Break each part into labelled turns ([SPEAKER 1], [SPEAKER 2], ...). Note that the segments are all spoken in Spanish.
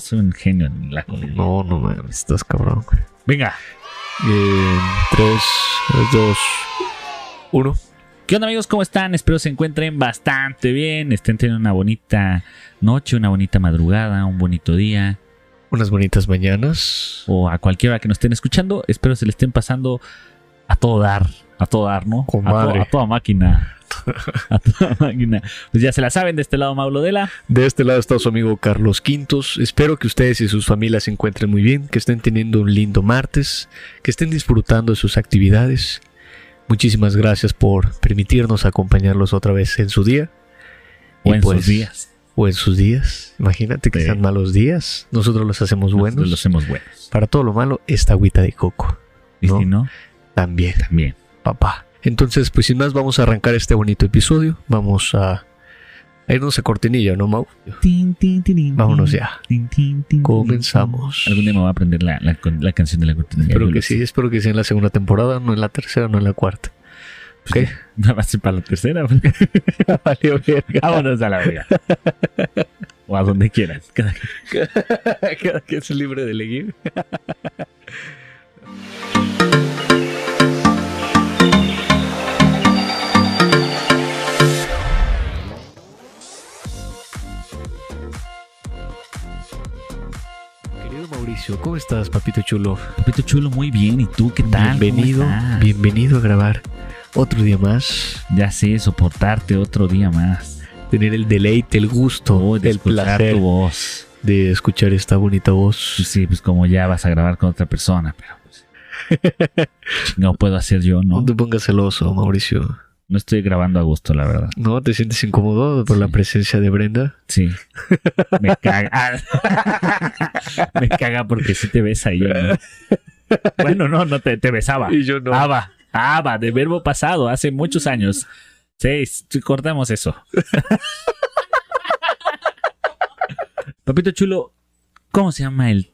[SPEAKER 1] soy un genio en la comida.
[SPEAKER 2] No, no mames, estás cabrón, güey.
[SPEAKER 1] Venga.
[SPEAKER 2] En 3, 2, 1.
[SPEAKER 1] ¿Qué onda amigos? ¿Cómo están? Espero se encuentren bastante bien. Estén teniendo una bonita noche, una bonita madrugada, un bonito día.
[SPEAKER 2] Unas bonitas mañanas.
[SPEAKER 1] O a cualquier hora que nos estén escuchando. Espero se le estén pasando a todo dar. A todo dar, ¿no?
[SPEAKER 2] Con
[SPEAKER 1] a, to-
[SPEAKER 2] madre.
[SPEAKER 1] a toda máquina. A toda máquina. Pues ya se la saben de este lado, Mauro Dela.
[SPEAKER 2] De este lado está su amigo Carlos Quintos. Espero que ustedes y sus familias se encuentren muy bien, que estén teniendo un lindo martes, que estén disfrutando de sus actividades. Muchísimas gracias por permitirnos acompañarlos otra vez en su día.
[SPEAKER 1] O
[SPEAKER 2] Y
[SPEAKER 1] en
[SPEAKER 2] pues,
[SPEAKER 1] sus días.
[SPEAKER 2] O en sus días. Imagínate que
[SPEAKER 1] Sí.
[SPEAKER 2] sean malos días. Nosotros los hacemos buenos.
[SPEAKER 1] Nosotros Los hacemos buenos.
[SPEAKER 2] Para todo lo malo, esta agüita de coco.
[SPEAKER 1] Y
[SPEAKER 2] No.
[SPEAKER 1] si no,
[SPEAKER 2] También.
[SPEAKER 1] también.
[SPEAKER 2] papá. Entonces, pues sin más, vamos a arrancar este bonito episodio. Vamos a, a irnos a cortinilla, ¿no, Mau?
[SPEAKER 1] Tin, tin, tin, tin,
[SPEAKER 2] Vámonos
[SPEAKER 1] tin,
[SPEAKER 2] ya.
[SPEAKER 1] tin, tin, tin,
[SPEAKER 2] Comenzamos.
[SPEAKER 1] tin. Algún día me voy a aprender la, la con- la canción de la cortinilla.
[SPEAKER 2] Espero
[SPEAKER 1] Yo
[SPEAKER 2] que
[SPEAKER 1] lo
[SPEAKER 2] sí,
[SPEAKER 1] sé.
[SPEAKER 2] espero que sea en la segunda temporada, no en la tercera, no en la cuarta. Ok,
[SPEAKER 1] Pues Nada más para la tercera.
[SPEAKER 2] valió Ah, verga.
[SPEAKER 1] Vámonos a la verga. O a donde quieras.
[SPEAKER 2] Ah, Cada quien es libre de elegir. Querido Mauricio, ¿cómo estás, papito chulo?
[SPEAKER 1] Papito chulo, muy bien. ¿Y tú qué tal? ¿Cómo
[SPEAKER 2] bienvenido,
[SPEAKER 1] estás?
[SPEAKER 2] bienvenido a grabar otro día más,
[SPEAKER 1] Ya sé, soportarte otro día más.
[SPEAKER 2] tener el deleite, el gusto,
[SPEAKER 1] Oh, de
[SPEAKER 2] el
[SPEAKER 1] escuchar
[SPEAKER 2] placer
[SPEAKER 1] tu voz.
[SPEAKER 2] de escuchar esta bonita
[SPEAKER 1] Pues
[SPEAKER 2] voz.
[SPEAKER 1] sí, pues como ya vas a grabar con otra persona, pero pues, no puedo hacer yo,
[SPEAKER 2] No,
[SPEAKER 1] ¿no?
[SPEAKER 2] te pongas celoso, Mauricio.
[SPEAKER 1] No estoy grabando a gusto, la verdad.
[SPEAKER 2] ¿No te sientes incómodo por
[SPEAKER 1] Sí.
[SPEAKER 2] la presencia de Brenda?
[SPEAKER 1] Sí. Me caga. Ah. Me caga porque sí te besa y yo no. Bueno, no, no te, te besaba.
[SPEAKER 2] Y yo no.
[SPEAKER 1] Aba, aba, de verbo pasado, hace muchos años. Seis, sí, cortamos eso. Papito Chulo, ¿cómo se llama el,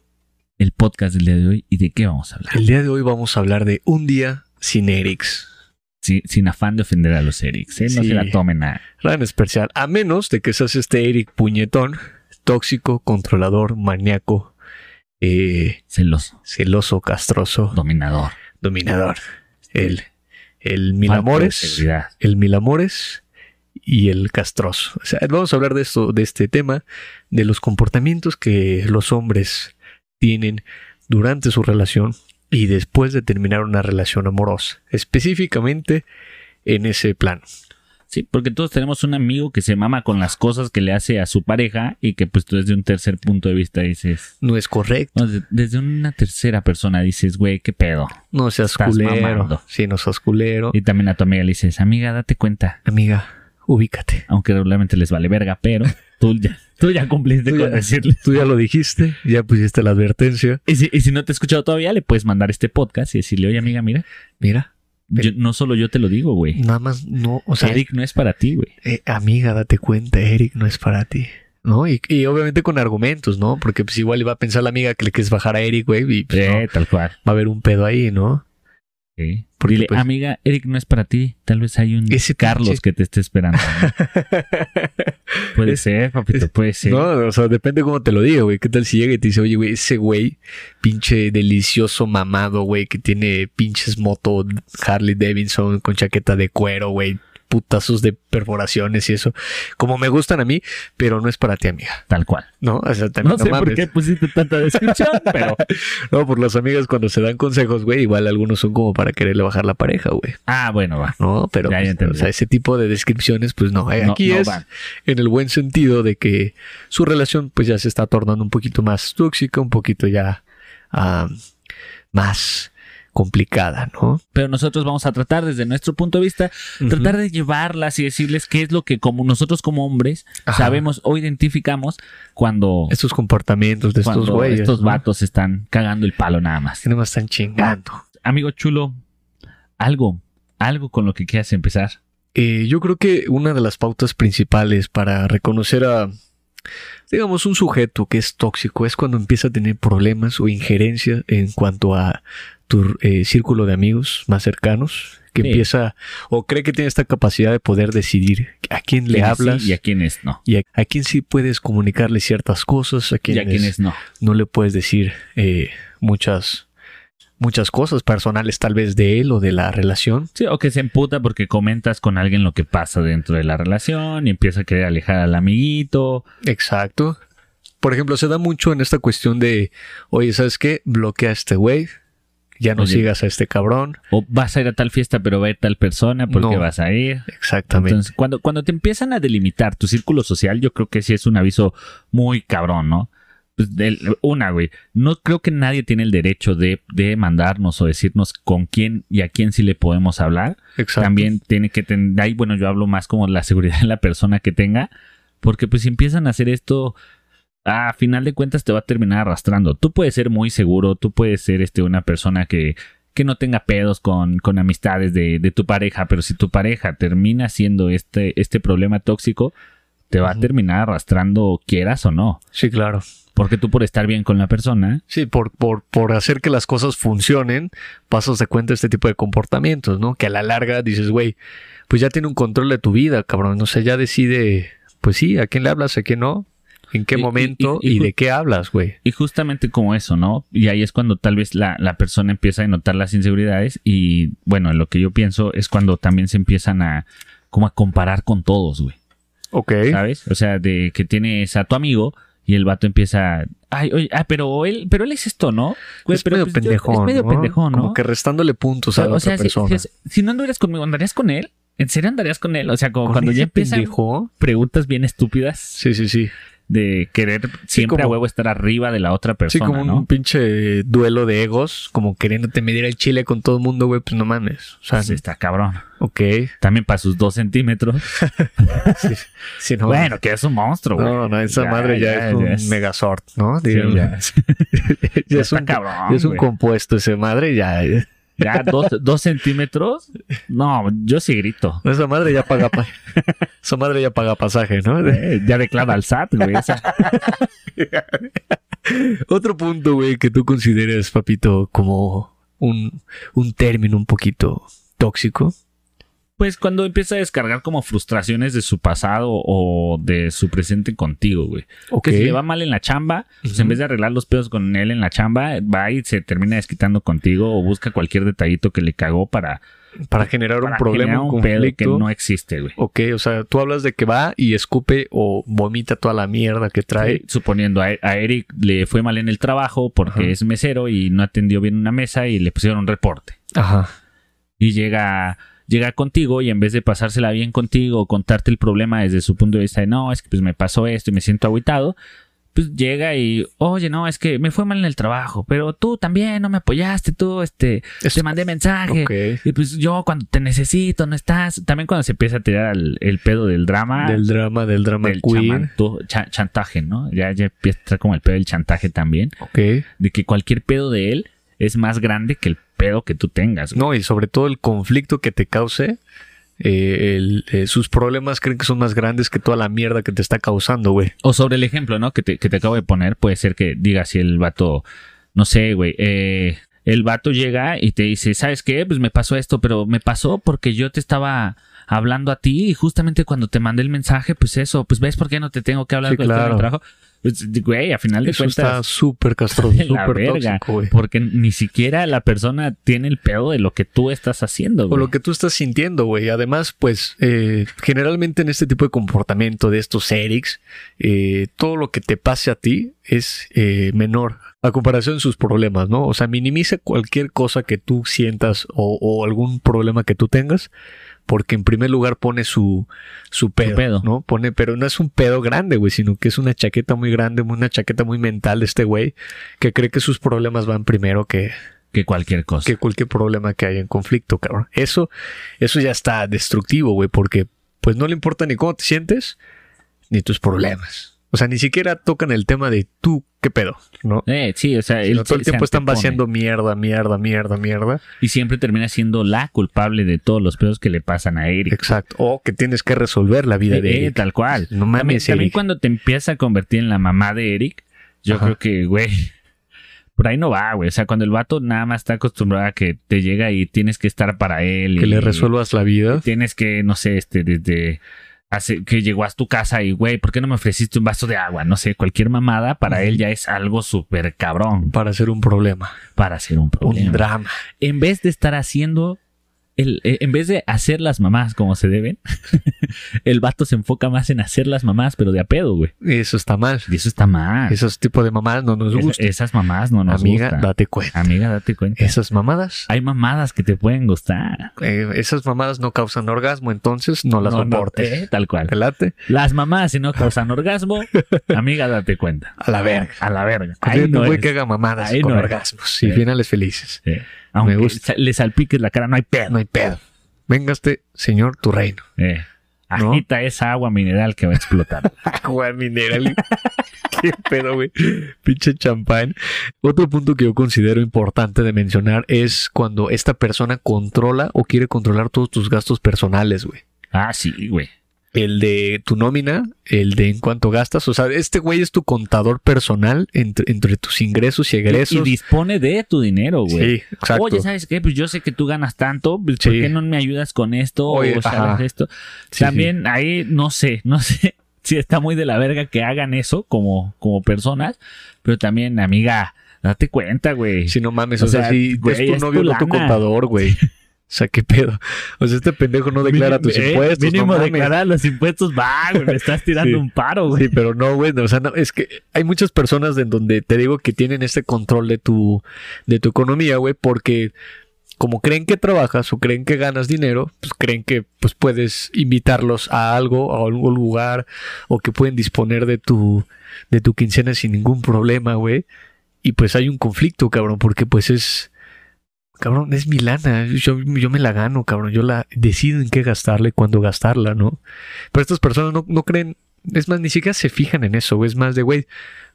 [SPEAKER 1] el podcast del día de hoy y de qué vamos a hablar?
[SPEAKER 2] El día de hoy vamos a hablar de un día sin Erics.
[SPEAKER 1] Sí, sin afán de ofender a los Erics, ¿eh? no
[SPEAKER 2] Sí.
[SPEAKER 1] se la tomen a...
[SPEAKER 2] Gran especial, a menos de que seas este Eric puñetón, tóxico, controlador, maníaco, eh,
[SPEAKER 1] celoso,
[SPEAKER 2] celoso, castroso,
[SPEAKER 1] dominador.
[SPEAKER 2] dominador. El, el mil
[SPEAKER 1] falto de
[SPEAKER 2] amores.
[SPEAKER 1] seguridad.
[SPEAKER 2] el Milamores y el Castroso. O sea, vamos a hablar de esto, de este tema, de los comportamientos que los hombres tienen durante su relación y después de terminar una relación amorosa, específicamente en ese plano.
[SPEAKER 1] Sí, porque todos tenemos un amigo que se mama con las cosas que le hace a su pareja y que pues tú desde un tercer punto de vista dices...
[SPEAKER 2] No es correcto,
[SPEAKER 1] no, de- desde una tercera persona dices, güey, qué pedo.
[SPEAKER 2] no seas
[SPEAKER 1] Estás
[SPEAKER 2] culero,
[SPEAKER 1] mamando.
[SPEAKER 2] si no seas culero.
[SPEAKER 1] Y también a tu amiga le dices, amiga, date cuenta.
[SPEAKER 2] Amiga, ubícate.
[SPEAKER 1] Aunque regularmente les vale verga, pero tú ya, tú ya cumpliste
[SPEAKER 2] Tú
[SPEAKER 1] con
[SPEAKER 2] ya-
[SPEAKER 1] decirle.
[SPEAKER 2] Tú ya lo dijiste, ya pusiste la advertencia.
[SPEAKER 1] Y si, y si no te he escuchado todavía, le puedes mandar este podcast y decirle, oye, amiga, mira,
[SPEAKER 2] Mira,
[SPEAKER 1] yo- no solo yo te lo digo, güey.
[SPEAKER 2] nada más no, o sea,
[SPEAKER 1] Eric no es para ti, güey.
[SPEAKER 2] eh, amiga, date cuenta, Eric no es para ti. ¿No? Y, y obviamente con argumentos, ¿no? Porque pues igual iba a pensar la amiga que le quieres bajar a Eric, güey, y pues, no,
[SPEAKER 1] Eh, tal cual.
[SPEAKER 2] va a haber un pedo ahí, ¿no?
[SPEAKER 1] Sí.
[SPEAKER 2] Porque,
[SPEAKER 1] Dile,
[SPEAKER 2] pues-
[SPEAKER 1] amiga, Eric no es para ti. Tal vez hay un
[SPEAKER 2] Ese
[SPEAKER 1] Carlos
[SPEAKER 2] pinche-
[SPEAKER 1] que te esté esperando. ¿no? Puede
[SPEAKER 2] Es-
[SPEAKER 1] ser, papito,
[SPEAKER 2] es-
[SPEAKER 1] puede ser.
[SPEAKER 2] No, o sea, depende cómo te lo diga, güey. ¿Qué tal si llega y te dice, oye, güey, ese güey, pinche delicioso mamado, güey, que tiene pinches moto Harley Davidson con chaqueta de cuero, güey, putazos de perforaciones y eso, como me gustan a mí, pero no es para ti, amiga,
[SPEAKER 1] Tal cual.
[SPEAKER 2] ¿no? O sea, también
[SPEAKER 1] No sé por
[SPEAKER 2] mames.
[SPEAKER 1] qué pusiste tanta descripción, pero.
[SPEAKER 2] No, por las amigas cuando se dan consejos, güey, igual algunos son como para quererle bajar la pareja, güey.
[SPEAKER 1] Ah, bueno, va.
[SPEAKER 2] No, pero
[SPEAKER 1] Ya, ya
[SPEAKER 2] pues,
[SPEAKER 1] entendí.
[SPEAKER 2] o sea, ese tipo de descripciones, pues no. Eh,
[SPEAKER 1] No-
[SPEAKER 2] Aquí
[SPEAKER 1] no
[SPEAKER 2] es
[SPEAKER 1] van.
[SPEAKER 2] en el buen sentido de que su relación, pues ya se está tornando un poquito más tóxica, un poquito ya ah, más complicada, ¿no?
[SPEAKER 1] pero nosotros vamos a tratar desde nuestro punto de vista, tratar de llevarlas y decirles qué es lo que como nosotros como hombres
[SPEAKER 2] Ajá.
[SPEAKER 1] sabemos o identificamos cuando,
[SPEAKER 2] estos comportamientos de estos
[SPEAKER 1] cuando
[SPEAKER 2] güeyes.
[SPEAKER 1] estos
[SPEAKER 2] ¿no?
[SPEAKER 1] vatos están cagando el palo nada más.
[SPEAKER 2] Que nomás están chingando.
[SPEAKER 1] Amigo chulo, algo, algo con lo que quieras empezar.
[SPEAKER 2] Eh, yo creo que una de las pautas principales para reconocer a, digamos, un sujeto que es tóxico es cuando empieza a tener problemas o injerencia en cuanto a tu eh, círculo de amigos más cercanos, que
[SPEAKER 1] Sí.
[SPEAKER 2] empieza o cree que tiene esta capacidad de poder decidir a quién le
[SPEAKER 1] ¿Quiénes
[SPEAKER 2] hablas
[SPEAKER 1] sí y a quiénes no.
[SPEAKER 2] y a, a quién sí puedes comunicarle ciertas cosas,
[SPEAKER 1] Y
[SPEAKER 2] a
[SPEAKER 1] a
[SPEAKER 2] quiénes,
[SPEAKER 1] quiénes no.
[SPEAKER 2] no le puedes decir eh, muchas, muchas cosas personales tal vez de él o de la relación.
[SPEAKER 1] Sí, o que se emputa porque comentas con alguien lo que pasa dentro de la relación y empieza a querer alejar al amiguito.
[SPEAKER 2] Exacto. Por ejemplo, se da mucho en esta cuestión de, oye, ¿sabes qué? Bloquea a este güey, ya no
[SPEAKER 1] Oye.
[SPEAKER 2] sigas a este cabrón.
[SPEAKER 1] O vas a ir a tal fiesta, pero va a ir tal persona porque
[SPEAKER 2] No.
[SPEAKER 1] vas a ir.
[SPEAKER 2] Exactamente.
[SPEAKER 1] Entonces, cuando, cuando te empiezan a delimitar tu círculo social, yo creo que sí es un aviso muy cabrón, ¿no? Pues, del- una, güey. No creo que nadie tiene el derecho de, de mandarnos o decirnos con quién y a quién sí le podemos hablar.
[SPEAKER 2] Exacto.
[SPEAKER 1] También tiene que tener. Ahí, bueno, yo hablo más como la seguridad de la persona que tenga. Porque, pues, si empiezan a hacer esto. A final de cuentas te va a terminar arrastrando. Tú puedes ser muy seguro, tú puedes ser este, una persona que, que no tenga pedos con, con amistades de, de tu pareja, pero si tu pareja termina siendo este, este problema tóxico, te va a
[SPEAKER 2] Ujú.
[SPEAKER 1] terminar arrastrando quieras o no.
[SPEAKER 2] Sí, claro.
[SPEAKER 1] Porque tú por estar bien con la persona,
[SPEAKER 2] Sí, por, por, por hacer que las cosas funcionen, pasas de cuenta este tipo de comportamientos, ¿no? Que a la larga dices, güey, pues ya tiene un control de tu vida, cabrón. O sea, ya decide, pues sí, a quién le hablas, a quién no, en qué
[SPEAKER 1] Y- y-
[SPEAKER 2] momento
[SPEAKER 1] y- y
[SPEAKER 2] y
[SPEAKER 1] ju-
[SPEAKER 2] de qué hablas, güey.
[SPEAKER 1] Y justamente como eso, ¿no? Y ahí es cuando tal vez la, la persona empieza a notar las inseguridades y bueno, lo que yo pienso es cuando también se empiezan a como a comparar con todos, güey.
[SPEAKER 2] Ok.
[SPEAKER 1] ¿Sabes? O sea, de que tienes a tu amigo y el vato empieza, ay, oye, ah, pero él, pero él es esto, ¿no? Güey,
[SPEAKER 2] es
[SPEAKER 1] pero
[SPEAKER 2] medio
[SPEAKER 1] pues yo-
[SPEAKER 2] pendejón.
[SPEAKER 1] es medio
[SPEAKER 2] ¿no?
[SPEAKER 1] pendejón, ¿no?
[SPEAKER 2] Como que restándole puntos a la
[SPEAKER 1] o sea,
[SPEAKER 2] otra
[SPEAKER 1] si-
[SPEAKER 2] persona.
[SPEAKER 1] si, si no anduvieras conmigo, ¿andarías con él? ¿En serio andarías con él? O sea, como
[SPEAKER 2] ¿Con
[SPEAKER 1] cuando
[SPEAKER 2] ese
[SPEAKER 1] ya empiezan
[SPEAKER 2] pendejo?
[SPEAKER 1] preguntas bien estúpidas
[SPEAKER 2] Sí, sí, sí.
[SPEAKER 1] de querer siempre a
[SPEAKER 2] como-
[SPEAKER 1] huevo estar arriba de la otra persona,
[SPEAKER 2] sí, como
[SPEAKER 1] ¿no?
[SPEAKER 2] un pinche duelo de egos, como queriéndote medir el chile con todo el mundo, güey, pues no mames. O sea,
[SPEAKER 1] Pues está cabrón.
[SPEAKER 2] ok.
[SPEAKER 1] También para sus dos centímetros.
[SPEAKER 2] Sí, sí, no,
[SPEAKER 1] bueno, que es un monstruo, güey.
[SPEAKER 2] no, no, esa
[SPEAKER 1] Ya,
[SPEAKER 2] madre ya,
[SPEAKER 1] ya,
[SPEAKER 2] es un
[SPEAKER 1] ya es-
[SPEAKER 2] megazord, ¿no?
[SPEAKER 1] Sí,
[SPEAKER 2] Digo,
[SPEAKER 1] ya,
[SPEAKER 2] ya
[SPEAKER 1] ya
[SPEAKER 2] es
[SPEAKER 1] está
[SPEAKER 2] un,
[SPEAKER 1] cabrón.
[SPEAKER 2] ya es un
[SPEAKER 1] güey.
[SPEAKER 2] compuesto ese madre, ya.
[SPEAKER 1] Ya dos, dos centímetros. No, yo sí grito.
[SPEAKER 2] Esa madre ya paga pa- esa madre ya paga pasaje, ¿no?
[SPEAKER 1] Eh, Ya declara al SAT, güey. O sea,
[SPEAKER 2] Otro punto, güey, que tú consideres, papito, como un, un término un poquito tóxico.
[SPEAKER 1] pues cuando empieza a descargar como frustraciones de su pasado o de su presente contigo, güey.
[SPEAKER 2] Ok.
[SPEAKER 1] Que si le va mal en la chamba, pues en
[SPEAKER 2] Ujú.
[SPEAKER 1] vez de arreglar los pedos con él en la chamba, va y se termina desquitando contigo o busca cualquier detallito que le cagó para,
[SPEAKER 2] para generar
[SPEAKER 1] para
[SPEAKER 2] un problema,
[SPEAKER 1] generar
[SPEAKER 2] un
[SPEAKER 1] un pedo que
[SPEAKER 2] conflicto.
[SPEAKER 1] no existe, güey.
[SPEAKER 2] Ok, o sea, tú hablas de que va y escupe o vomita toda la mierda que trae.
[SPEAKER 1] Sí, Suponiendo, a, a Eric le fue mal en el trabajo porque
[SPEAKER 2] Ajá.
[SPEAKER 1] es mesero y no atendió bien una mesa y le pusieron un reporte.
[SPEAKER 2] Ajá.
[SPEAKER 1] Y llega, llega contigo y en vez de pasársela bien contigo o contarte el problema desde su punto de vista de no, es que pues me pasó esto y me siento aguitado, pues llega y, oye, no, es que me fue mal en el trabajo, pero tú también no me apoyaste, tú, este,
[SPEAKER 2] Es-
[SPEAKER 1] te mandé mensaje.
[SPEAKER 2] Ok.
[SPEAKER 1] Y pues yo cuando te necesito, no estás. También cuando se empieza a tirar al- el pedo del drama
[SPEAKER 2] Del drama, del drama
[SPEAKER 1] del
[SPEAKER 2] queen.
[SPEAKER 1] chamanto- cha- chantaje, ¿no? Ya, ya empieza a estar como el pedo del chantaje también,
[SPEAKER 2] Ok.
[SPEAKER 1] de que cualquier pedo de él es más grande que el pedo que tú tengas. güey.
[SPEAKER 2] No, y sobre todo el conflicto que te cause. eh, el- eh, sus problemas creen que son más grandes que toda la mierda que te está causando, güey.
[SPEAKER 1] O sobre el ejemplo, ¿no? Que te, que te acabo de poner, puede ser que diga si el vato, no sé, güey, eh, el vato llega y te dice, ¿sabes qué? Pues me pasó esto, pero me pasó porque yo te estaba hablando a ti y justamente cuando te mandé el mensaje, pues eso, pues ves por qué no te tengo que hablar
[SPEAKER 2] Sí,
[SPEAKER 1] con el tema del
[SPEAKER 2] claro.
[SPEAKER 1] trabajo. Pues, güey, a final de
[SPEAKER 2] Eso está
[SPEAKER 1] cuentas,
[SPEAKER 2] súper castroso,
[SPEAKER 1] de la
[SPEAKER 2] súper
[SPEAKER 1] verga.
[SPEAKER 2] tóxico, güey.
[SPEAKER 1] porque ni siquiera la persona tiene el pedo de lo que tú estás haciendo,
[SPEAKER 2] O
[SPEAKER 1] güey.
[SPEAKER 2] lo que tú estás sintiendo, güey. Además, pues, eh, generalmente en este tipo de comportamiento de estos Erics, eh, todo lo que te pase a ti es eh, menor a comparación de sus problemas, ¿no? O sea, minimiza cualquier cosa que tú sientas o, o algún problema que tú tengas, porque en primer lugar pone su, su pedo,
[SPEAKER 1] pedo.
[SPEAKER 2] ¿no? Pone, pero no es un pedo grande, güey, sino que es una chaqueta muy grande, una chaqueta muy mental de este güey, que cree que sus problemas van primero que,
[SPEAKER 1] que cualquier cosa.
[SPEAKER 2] pues, que cualquier problema que haya en conflicto, cabrón. Eso, eso ya está destructivo, güey, porque pues no le importa ni cómo te sientes, ni tus problemas. O sea, ni siquiera tocan el tema de tú, qué pedo, ¿no?
[SPEAKER 1] Eh, sí, o sea, él
[SPEAKER 2] Sino todo el
[SPEAKER 1] se
[SPEAKER 2] tiempo están
[SPEAKER 1] antepone.
[SPEAKER 2] vaciando mierda, mierda, mierda, mierda.
[SPEAKER 1] Y siempre termina siendo la culpable de todos los pedos que le pasan a Eric.
[SPEAKER 2] Exacto. O que tienes que resolver la vida de
[SPEAKER 1] Eh, eh,
[SPEAKER 2] Eric.
[SPEAKER 1] tal cual.
[SPEAKER 2] No
[SPEAKER 1] También,
[SPEAKER 2] mames,
[SPEAKER 1] también
[SPEAKER 2] Eric.
[SPEAKER 1] cuando te empieza a convertir en la mamá de Eric, yo
[SPEAKER 2] Ajá.
[SPEAKER 1] creo que, güey, por ahí no va, güey. O sea, cuando el vato nada más está acostumbrado a que te llega y tienes que estar para él.
[SPEAKER 2] Que
[SPEAKER 1] y
[SPEAKER 2] le resuelvas la vida.
[SPEAKER 1] Tienes que, no sé, este, desde hace- que llegó a tu casa y, güey, ¿por qué no me ofreciste un vaso de agua? No sé, cualquier mamada para él ya es algo súper cabrón
[SPEAKER 2] Para hacer un problema,
[SPEAKER 1] para hacer un problema.
[SPEAKER 2] un drama.
[SPEAKER 1] en vez de estar haciendo, el, eh, en vez de hacer las mamás como se deben, el vato se enfoca más en hacer las mamás, pero de a pedo, güey.
[SPEAKER 2] Eso está mal.
[SPEAKER 1] Y eso está mal.
[SPEAKER 2] Esos tipos de mamadas no nos
[SPEAKER 1] Es-
[SPEAKER 2] gustan.
[SPEAKER 1] esas mamás Ah. no nos
[SPEAKER 2] Amiga,
[SPEAKER 1] gustan.
[SPEAKER 2] date cuenta.
[SPEAKER 1] Amiga, date cuenta.
[SPEAKER 2] Esas mamadas,
[SPEAKER 1] Hay mamadas que te pueden gustar.
[SPEAKER 2] eh, esas mamadas no causan orgasmo, entonces no las
[SPEAKER 1] No, no,
[SPEAKER 2] soportes.
[SPEAKER 1] eh, tal cual.
[SPEAKER 2] ¿Te late?
[SPEAKER 1] Las mamás, si no causan orgasmo, amiga, date cuenta.
[SPEAKER 2] A la verga.
[SPEAKER 1] A la verga.
[SPEAKER 2] Ahí
[SPEAKER 1] Ahí no
[SPEAKER 2] güey
[SPEAKER 1] es.
[SPEAKER 2] que haga mamadas
[SPEAKER 1] Ahí
[SPEAKER 2] con
[SPEAKER 1] no es.
[SPEAKER 2] orgasmos y
[SPEAKER 1] Eh.
[SPEAKER 2] finales felices.
[SPEAKER 1] Sí. Aunque
[SPEAKER 2] Me gusta.
[SPEAKER 1] sa- le salpiques la cara, no hay pedo.
[SPEAKER 2] No hay pedo. Véngaste, señor, tu reino.
[SPEAKER 1] Eh,
[SPEAKER 2] ¿No?
[SPEAKER 1] Agita esa agua mineral que va a explotar.
[SPEAKER 2] Agua mineral. Qué pedo, güey. Pinche champán. Otro punto que yo considero importante de mencionar es cuando esta persona controla o quiere controlar todos tus gastos personales, güey.
[SPEAKER 1] ah, sí, güey.
[SPEAKER 2] El de tu nómina, el de en cuánto gastas. O sea, este güey es tu contador personal entre, entre tus ingresos y egresos.
[SPEAKER 1] Y dispone de tu dinero, güey.
[SPEAKER 2] sí, exacto.
[SPEAKER 1] Oye, ¿sabes qué? Pues yo sé que tú ganas tanto, pues, ¿por
[SPEAKER 2] Sí.
[SPEAKER 1] qué no me ayudas con esto?
[SPEAKER 2] Oye,
[SPEAKER 1] o sabes
[SPEAKER 2] ajá.
[SPEAKER 1] esto.
[SPEAKER 2] Sí,
[SPEAKER 1] También ahí no sé, no sé si está muy de la verga que hagan eso como, como personas, pero también, amiga, date cuenta, güey.
[SPEAKER 2] Si no mames,
[SPEAKER 1] O
[SPEAKER 2] o, sea,
[SPEAKER 1] sea,
[SPEAKER 2] si
[SPEAKER 1] güey,
[SPEAKER 2] es
[SPEAKER 1] es
[SPEAKER 2] tu novio,
[SPEAKER 1] tu
[SPEAKER 2] no tu
[SPEAKER 1] lana.
[SPEAKER 2] contador, güey. O sea, qué pedo. O sea, este pendejo no declara
[SPEAKER 1] Mínimo,
[SPEAKER 2] tus
[SPEAKER 1] eh,
[SPEAKER 2] impuestos. no
[SPEAKER 1] Mínimo
[SPEAKER 2] mames.
[SPEAKER 1] declarar los impuestos, va, güey, me estás tirando
[SPEAKER 2] Sí.
[SPEAKER 1] un paro, güey.
[SPEAKER 2] Sí, pero no, güey. no, o sea, no, es que hay muchas personas en donde te digo que tienen este control de tu, de tu economía, güey, porque como creen que trabajas o creen que ganas dinero, pues creen que pues, puedes invitarlos a algo, a algún lugar, o que pueden disponer de tu, de tu quincena sin ningún problema, güey. Y pues hay un conflicto, cabrón, porque pues es. Cabrón, es mi lana. Yo, yo me la gano, cabrón. Yo la decido en qué gastarla y cuándo gastarla, ¿no? Pero estas personas no, no creen. Es más, ni siquiera se fijan en eso, güey. Es más de, güey,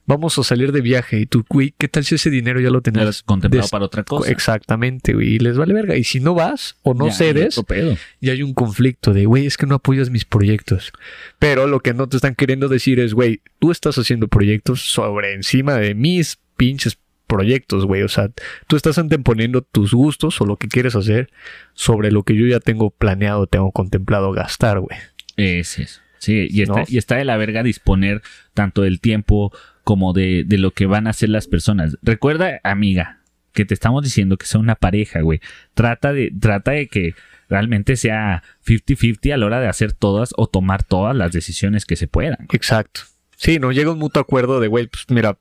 [SPEAKER 2] vamos a salir de viaje. Y tú, güey, ¿qué tal si ese dinero ya lo
[SPEAKER 1] Lo
[SPEAKER 2] tenés?
[SPEAKER 1] has contemplado
[SPEAKER 2] des-
[SPEAKER 1] para otra cosa.
[SPEAKER 2] Exactamente, güey. Y les vale verga. Y si no vas o no
[SPEAKER 1] Ya,
[SPEAKER 2] cedes,
[SPEAKER 1] otro pedo.
[SPEAKER 2] y hay un conflicto de, güey, es que no apoyas mis proyectos. Pero lo que no te están queriendo decir es, güey, tú estás haciendo proyectos sobre encima de mis pinches proyectos, güey. O sea, tú estás anteponiendo tus gustos o lo que quieres hacer sobre lo que yo ya tengo planeado, tengo contemplado gastar, güey.
[SPEAKER 1] Es eso. Sí, y está,
[SPEAKER 2] ¿No?
[SPEAKER 1] y está de la verga disponer tanto del tiempo como de, de lo que van a hacer las personas. Recuerda, amiga, que te estamos diciendo que sea una pareja, güey. Trata de, trata de que realmente sea 50-50 a la hora de hacer todas o tomar todas las decisiones que se puedan.
[SPEAKER 2] Exacto. Sí, no llega un mutuo acuerdo de, güey, pues mira,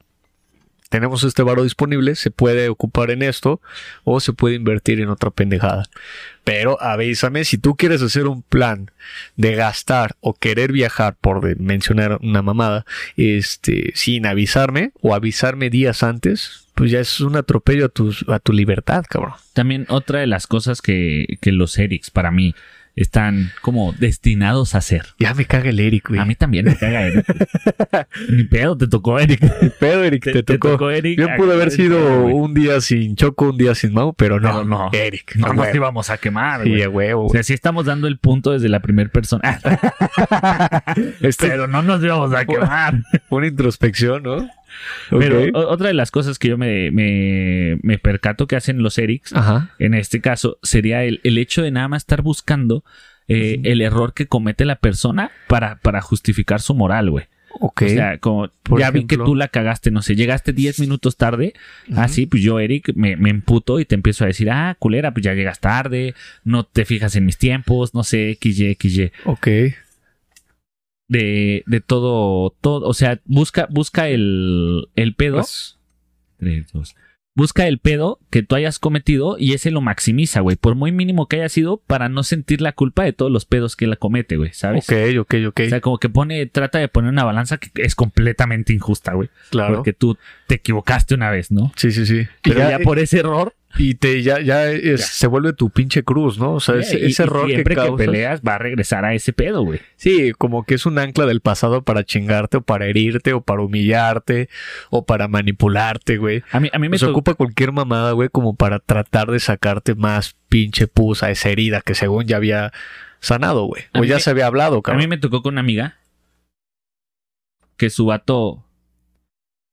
[SPEAKER 2] tenemos este varo disponible, se puede ocupar en esto o se puede invertir en otra pendejada. Pero avísame, si tú quieres hacer un plan de gastar o querer viajar, por de- mencionar una mamada, este, sin avisarme o avisarme días antes, pues ya es un atropello a, tus, a tu libertad, cabrón.
[SPEAKER 1] También otra de las cosas que, que los Erics para mí están como destinados a hacer.
[SPEAKER 2] Ya me caga el Eric, güey.
[SPEAKER 1] A mí también me caga Eric. Ni pedo, te tocó Eric. Te,
[SPEAKER 2] pedo, Eric, te, tocó.
[SPEAKER 1] Eric.
[SPEAKER 2] Yo pude haber
[SPEAKER 1] Ah,
[SPEAKER 2] sido
[SPEAKER 1] güey.
[SPEAKER 2] un día sin Choco, un día sin Mau, pero no,
[SPEAKER 1] Pero no.
[SPEAKER 2] Eric.
[SPEAKER 1] No
[SPEAKER 2] a
[SPEAKER 1] nos
[SPEAKER 2] huevo.
[SPEAKER 1] íbamos a quemar,
[SPEAKER 2] Sí,
[SPEAKER 1] güey.
[SPEAKER 2] a huevo.
[SPEAKER 1] O sea, sí estamos dando el punto desde la primera persona.
[SPEAKER 2] Esto es
[SPEAKER 1] pero no nos íbamos a quemar.
[SPEAKER 2] este, una introspección, ¿no?
[SPEAKER 1] Pero
[SPEAKER 2] Ok.
[SPEAKER 1] o- otra de las cosas que yo me, me, me percato que hacen los Erics,
[SPEAKER 2] Ajá.
[SPEAKER 1] en este caso, sería el, el hecho de nada más estar buscando eh, el error que comete la persona para, para justificar su moral, güey.
[SPEAKER 2] Ok.
[SPEAKER 1] O sea, como
[SPEAKER 2] Por
[SPEAKER 1] ya vi que
[SPEAKER 2] ejemplo.
[SPEAKER 1] tú la cagaste, no sé, llegaste 10 minutos tarde,
[SPEAKER 2] Ujú.
[SPEAKER 1] así pues yo, Eric, me, me emputo y te empiezo a decir, ah, culera, pues ya llegas tarde, no te fijas en mis tiempos, no sé, XY, XY.
[SPEAKER 2] ok.
[SPEAKER 1] de, de todo, todo, o sea, busca, busca el, el pedo.
[SPEAKER 2] Pues,
[SPEAKER 1] Tres, dos. Busca el pedo que tú hayas cometido y ese lo maximiza, güey. Por muy mínimo que haya sido, para no sentir la culpa de todos los pedos que la comete, güey, ¿sabes?
[SPEAKER 2] ok, ok, ok.
[SPEAKER 1] O sea, como que pone, trata de poner una balanza que es completamente injusta, güey.
[SPEAKER 2] claro.
[SPEAKER 1] Porque tú te equivocaste una vez, ¿no?
[SPEAKER 2] Sí, sí, sí.
[SPEAKER 1] Pero
[SPEAKER 2] Y eh,
[SPEAKER 1] ya, por ese error,
[SPEAKER 2] y te, ya, ya, es-
[SPEAKER 1] Ya.
[SPEAKER 2] se vuelve tu pinche cruz, ¿no? O sea, ese,
[SPEAKER 1] y-
[SPEAKER 2] ese
[SPEAKER 1] y
[SPEAKER 2] error que
[SPEAKER 1] siempre que,
[SPEAKER 2] causas.
[SPEAKER 1] peleas va a regresar a ese pedo, güey.
[SPEAKER 2] Sí, como que es un ancla del pasado para chingarte o para herirte o para humillarte o para manipularte, güey.
[SPEAKER 1] A mí, a mí me
[SPEAKER 2] Nos
[SPEAKER 1] tocó-
[SPEAKER 2] Pues ocupa cualquier mamada, güey, como para tratar de sacarte más pinche pus a esa herida que según ya había sanado, güey.
[SPEAKER 1] A
[SPEAKER 2] O
[SPEAKER 1] mí
[SPEAKER 2] ya
[SPEAKER 1] me-
[SPEAKER 2] se había hablado,
[SPEAKER 1] A mí
[SPEAKER 2] cabrón.
[SPEAKER 1] me tocó con una amiga que su vato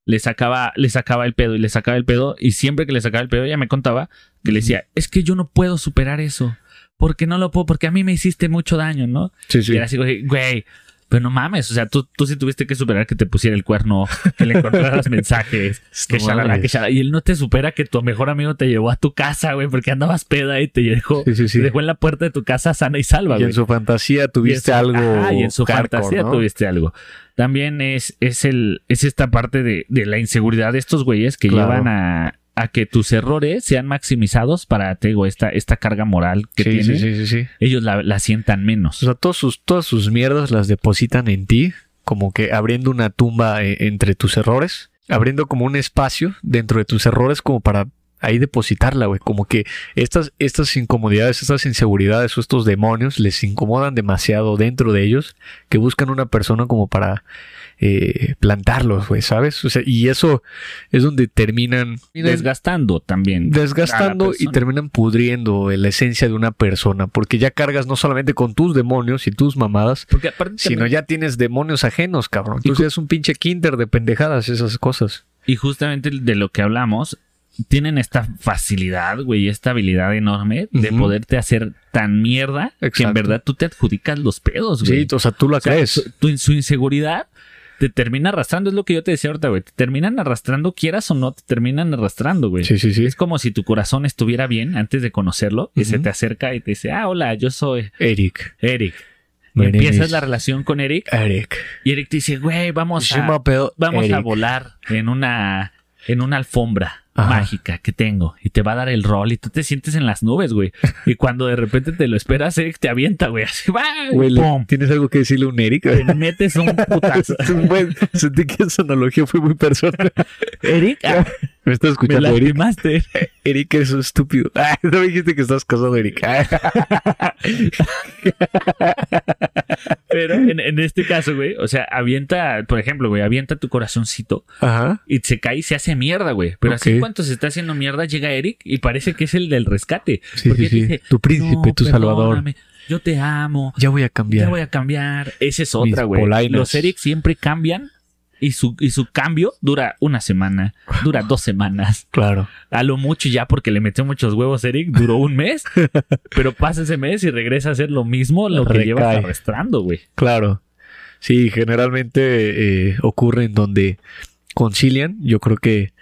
[SPEAKER 1] le sacaba, le sacaba el pedo y le sacaba el pedo. Y siempre que le sacaba el pedo, ella me contaba que le decía, es que yo no puedo superar eso. Porque no lo puedo, porque a mí me hiciste mucho daño, ¿no?
[SPEAKER 2] Sí, sí.
[SPEAKER 1] Y era así, güey, güey, pero no mames. O sea, tú, tú sí tuviste que superar que te pusiera el cuerno, que le encontraras mensajes, que
[SPEAKER 2] No
[SPEAKER 1] shalala,
[SPEAKER 2] mames.
[SPEAKER 1] que shalala. Y él no te supera que tu mejor amigo te llevó a tu casa, güey, porque andabas peda y te dejó,
[SPEAKER 2] Sí, sí, sí.
[SPEAKER 1] te dejó en la puerta de tu casa sana y salva,
[SPEAKER 2] Y
[SPEAKER 1] güey.
[SPEAKER 2] en su fantasía
[SPEAKER 1] Y en
[SPEAKER 2] tuviste
[SPEAKER 1] su-
[SPEAKER 2] algo.
[SPEAKER 1] Ajá, y en su
[SPEAKER 2] hardcore,
[SPEAKER 1] fantasía
[SPEAKER 2] ¿no?
[SPEAKER 1] tuviste algo. También es, es, el, es esta parte de, de la inseguridad de estos güeyes que
[SPEAKER 2] Claro.
[SPEAKER 1] llevan a, a que tus errores sean maximizados para, te digo, esta, esta carga moral que
[SPEAKER 2] Sí,
[SPEAKER 1] tienen.
[SPEAKER 2] sí, sí, sí, sí.
[SPEAKER 1] Ellos la, la sientan
[SPEAKER 2] O
[SPEAKER 1] menos.
[SPEAKER 2] sea, todos sus, todas sus mierdas las depositan en ti, como que abriendo una tumba eh, entre tus errores, abriendo como un espacio dentro de tus errores como para ahí depositarla, güey. Como que estas, estas incomodidades, estas inseguridades o estos demonios les incomodan demasiado dentro de ellos que buscan una persona como para eh, plantarlos, güey, ¿sabes? O sea, y eso es donde terminan...
[SPEAKER 1] Desgastando también. a la
[SPEAKER 2] Desgastando y
[SPEAKER 1] persona.
[SPEAKER 2] terminan pudriendo la esencia de una persona, porque ya cargas no solamente con tus demonios y tus mamadas,
[SPEAKER 1] Porque aparte
[SPEAKER 2] sino
[SPEAKER 1] también-
[SPEAKER 2] ya tienes demonios ajenos, cabrón. Entonces es un pinche kinder de pendejadas esas cosas.
[SPEAKER 1] Y justamente de lo que hablamos, tienen esta facilidad, güey, esta habilidad enorme de
[SPEAKER 2] Ujú.
[SPEAKER 1] poderte hacer tan mierda que en
[SPEAKER 2] Exacto.
[SPEAKER 1] verdad tú te adjudicas los pedos, Pues, güey.
[SPEAKER 2] Sí, o sea, tú la
[SPEAKER 1] O sea,
[SPEAKER 2] crees.
[SPEAKER 1] su- tu- su inseguridad te termina arrastrando, es lo que yo te decía ahorita, güey. Te terminan arrastrando, quieras o no, te terminan arrastrando, güey.
[SPEAKER 2] Sí, sí, sí.
[SPEAKER 1] Es como si tu corazón estuviera bien antes de conocerlo y se
[SPEAKER 2] Ujú.
[SPEAKER 1] te acerca y te dice, ah, hola, yo soy
[SPEAKER 2] Eric.
[SPEAKER 1] Eric. Y
[SPEAKER 2] My name
[SPEAKER 1] empiezas
[SPEAKER 2] is
[SPEAKER 1] la relación con Eric
[SPEAKER 2] Eric.
[SPEAKER 1] y Eric te dice, güey, vamos
[SPEAKER 2] Shima
[SPEAKER 1] a,
[SPEAKER 2] Pell,
[SPEAKER 1] vamos a
[SPEAKER 2] Eric.
[SPEAKER 1] volar en una, en una alfombra.
[SPEAKER 2] Ajá.
[SPEAKER 1] Mágica que tengo y te va a dar el rol y tú te sientes en las nubes, güey. Y cuando de repente te lo esperas, Eric te avienta, güey. Así va,
[SPEAKER 2] Güey, le-
[SPEAKER 1] pum,
[SPEAKER 2] ¿Tienes algo que decirle a un Eric?
[SPEAKER 1] te metes un putazo.
[SPEAKER 2] Güey, sentí que esa analogía fue muy personal.
[SPEAKER 1] Eric, ah,
[SPEAKER 2] ¿Me estás
[SPEAKER 1] me
[SPEAKER 2] escuchando, Eric?
[SPEAKER 1] lastimaste.
[SPEAKER 2] Eric, eres un estúpido. Ah, no me dijiste que estás casado, Eric. Ah,
[SPEAKER 1] Pero en, en este caso, güey, o sea, avienta, por ejemplo, güey, avienta tu corazoncito
[SPEAKER 2] Ajá.
[SPEAKER 1] y se cae y se hace mierda, güey. Pero
[SPEAKER 2] Ok.
[SPEAKER 1] así cuando se está haciendo mierda llega Eric y parece que es el del rescate.
[SPEAKER 2] Sí,
[SPEAKER 1] Porque
[SPEAKER 2] sí, sí.
[SPEAKER 1] dice,
[SPEAKER 2] tu príncipe,
[SPEAKER 1] "No,
[SPEAKER 2] tu salvador.
[SPEAKER 1] perdóname, Yo te amo,
[SPEAKER 2] Ya voy a
[SPEAKER 1] ya
[SPEAKER 2] cambiar.
[SPEAKER 1] voy a cambiar. Esa es otra, güey.
[SPEAKER 2] polainas.
[SPEAKER 1] Los Eric siempre cambian y su, y su cambio dura una semana, dura dos semanas.
[SPEAKER 2] Claro.
[SPEAKER 1] A lo mucho ya porque le metió muchos huevos Eric, duró un mes, pero pasa ese mes y regresa a hacer lo mismo lo que
[SPEAKER 2] Recae.
[SPEAKER 1] llevas arrastrando, güey.
[SPEAKER 2] Claro. Sí, generalmente eh, ocurre en donde concilian, yo creo que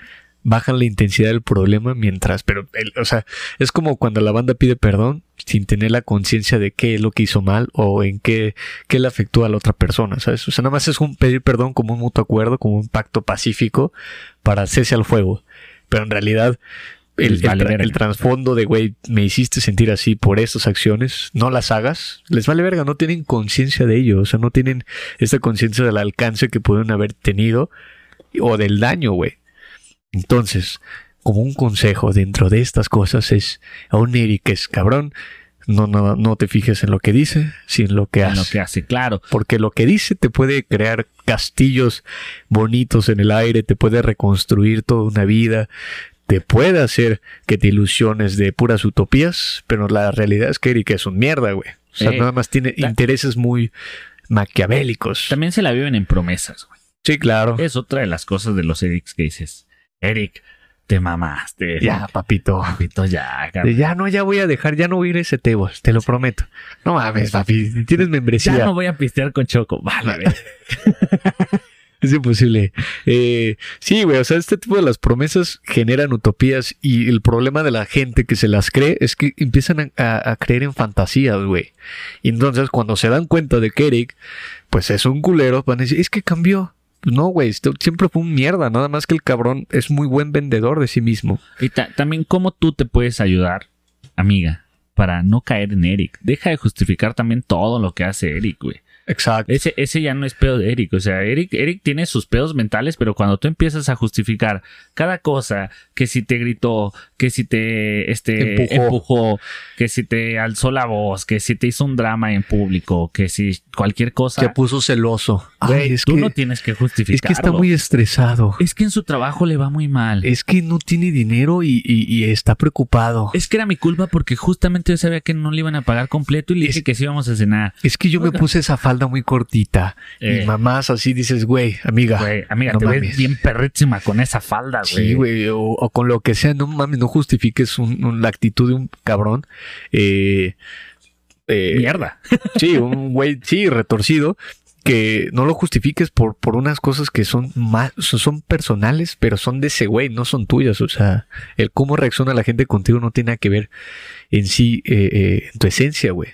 [SPEAKER 2] bajan la intensidad del problema mientras, pero, el- o sea, es como cuando la banda pide perdón sin tener la conciencia de qué es lo que hizo mal o en qué, qué le afectó a la otra persona, ¿sabes? O sea, nada más es un pedir perdón como un mutuo acuerdo, como un pacto pacífico para cese al fuego, pero en realidad el,
[SPEAKER 1] Les vale
[SPEAKER 2] el tra-
[SPEAKER 1] verga.
[SPEAKER 2] el trasfondo de, güey, me hiciste sentir así por estas acciones, no las hagas, les vale verga, no tienen conciencia de ello, o sea, no tienen esta conciencia del alcance que pudieron haber tenido o del daño, güey. Entonces, como un consejo dentro de estas cosas es a un Eric que es cabrón, no, no, no te fijes en lo que dice, sino en lo que
[SPEAKER 1] en
[SPEAKER 2] hace.
[SPEAKER 1] lo que hace, claro.
[SPEAKER 2] Porque lo que dice te puede crear castillos bonitos en el aire, te puede reconstruir toda una vida, te puede hacer que te ilusiones de puras utopías, pero la realidad es que Eric es un mierda, güey. O sea,
[SPEAKER 1] Eh,
[SPEAKER 2] nada más tiene
[SPEAKER 1] ta-
[SPEAKER 2] intereses muy maquiavélicos.
[SPEAKER 1] También se la viven en promesas, güey.
[SPEAKER 2] Sí, claro.
[SPEAKER 1] Es otra de las cosas de los Erics que dices, Eric, te mamaste.
[SPEAKER 2] Ya, papito.
[SPEAKER 1] papito, ya,
[SPEAKER 2] De
[SPEAKER 1] cabrón.
[SPEAKER 2] ya no, ya voy a dejar, ya no voy a ir a ese Tebos, te lo prometo. No mames, papi, tienes membresía.
[SPEAKER 1] Ya no voy a pistear con Choco. Vale, güey.
[SPEAKER 2] Es imposible. Eh, sí, güey, o sea, este tipo de las promesas generan utopías y el problema de la gente que se las cree es que empiezan a, a- a creer en fantasías, güey. Y entonces cuando se dan cuenta de que Eric, pues es un culero, van a decir, es que cambió. Pues, No, güey, esto siempre fue un mierda, nada más que el cabrón es muy buen vendedor de sí mismo.
[SPEAKER 1] Y ta- también, ¿cómo tú te puedes ayudar, amiga, para no caer en Eric? Deja de justificar también todo lo que hace Eric, güey.
[SPEAKER 2] Exacto.
[SPEAKER 1] Ese, ese ya no es pedo de Eric. O sea, Eric, Eric tiene sus pedos mentales, pero cuando tú empiezas a justificar cada cosa, que si te gritó, que si te este,
[SPEAKER 2] Empujó.
[SPEAKER 1] empujó. que si te alzó la voz, que si te hizo un drama en público, que si cualquier cosa,
[SPEAKER 2] Se puso celoso.
[SPEAKER 1] güey,
[SPEAKER 2] Ay, es
[SPEAKER 1] tú
[SPEAKER 2] que,
[SPEAKER 1] no tienes que
[SPEAKER 2] es
[SPEAKER 1] justificarlo.
[SPEAKER 2] que está muy estresado.
[SPEAKER 1] Es que en su trabajo le va muy mal.
[SPEAKER 2] Es que no tiene dinero y, y- y está preocupado.
[SPEAKER 1] Es que era mi culpa porque justamente yo sabía que no le iban a pagar completo y le
[SPEAKER 2] Es-
[SPEAKER 1] dije que sí íbamos a cenar.
[SPEAKER 2] Es que yo me
[SPEAKER 1] Oiga.
[SPEAKER 2] puse esa falda falda muy cortita
[SPEAKER 1] Eh.
[SPEAKER 2] y mamás así dices, güey, amiga.
[SPEAKER 1] Güey, amiga,
[SPEAKER 2] Ah, no
[SPEAKER 1] te
[SPEAKER 2] mames.
[SPEAKER 1] ves bien perrísima con esa falda, güey.
[SPEAKER 2] Sí, güey, o, o con lo que sea, no mames, no justifiques un- un- la actitud de un cabrón. Eh, eh,
[SPEAKER 1] Mierda.
[SPEAKER 2] sí, un güey, sí, retorcido, que no lo justifiques por, por unas cosas que son más, son son personales, pero son de ese güey, no son tuyas. O sea, el cómo reacciona la gente contigo no tiene nada que ver en sí, eh, eh, en tu esencia, güey.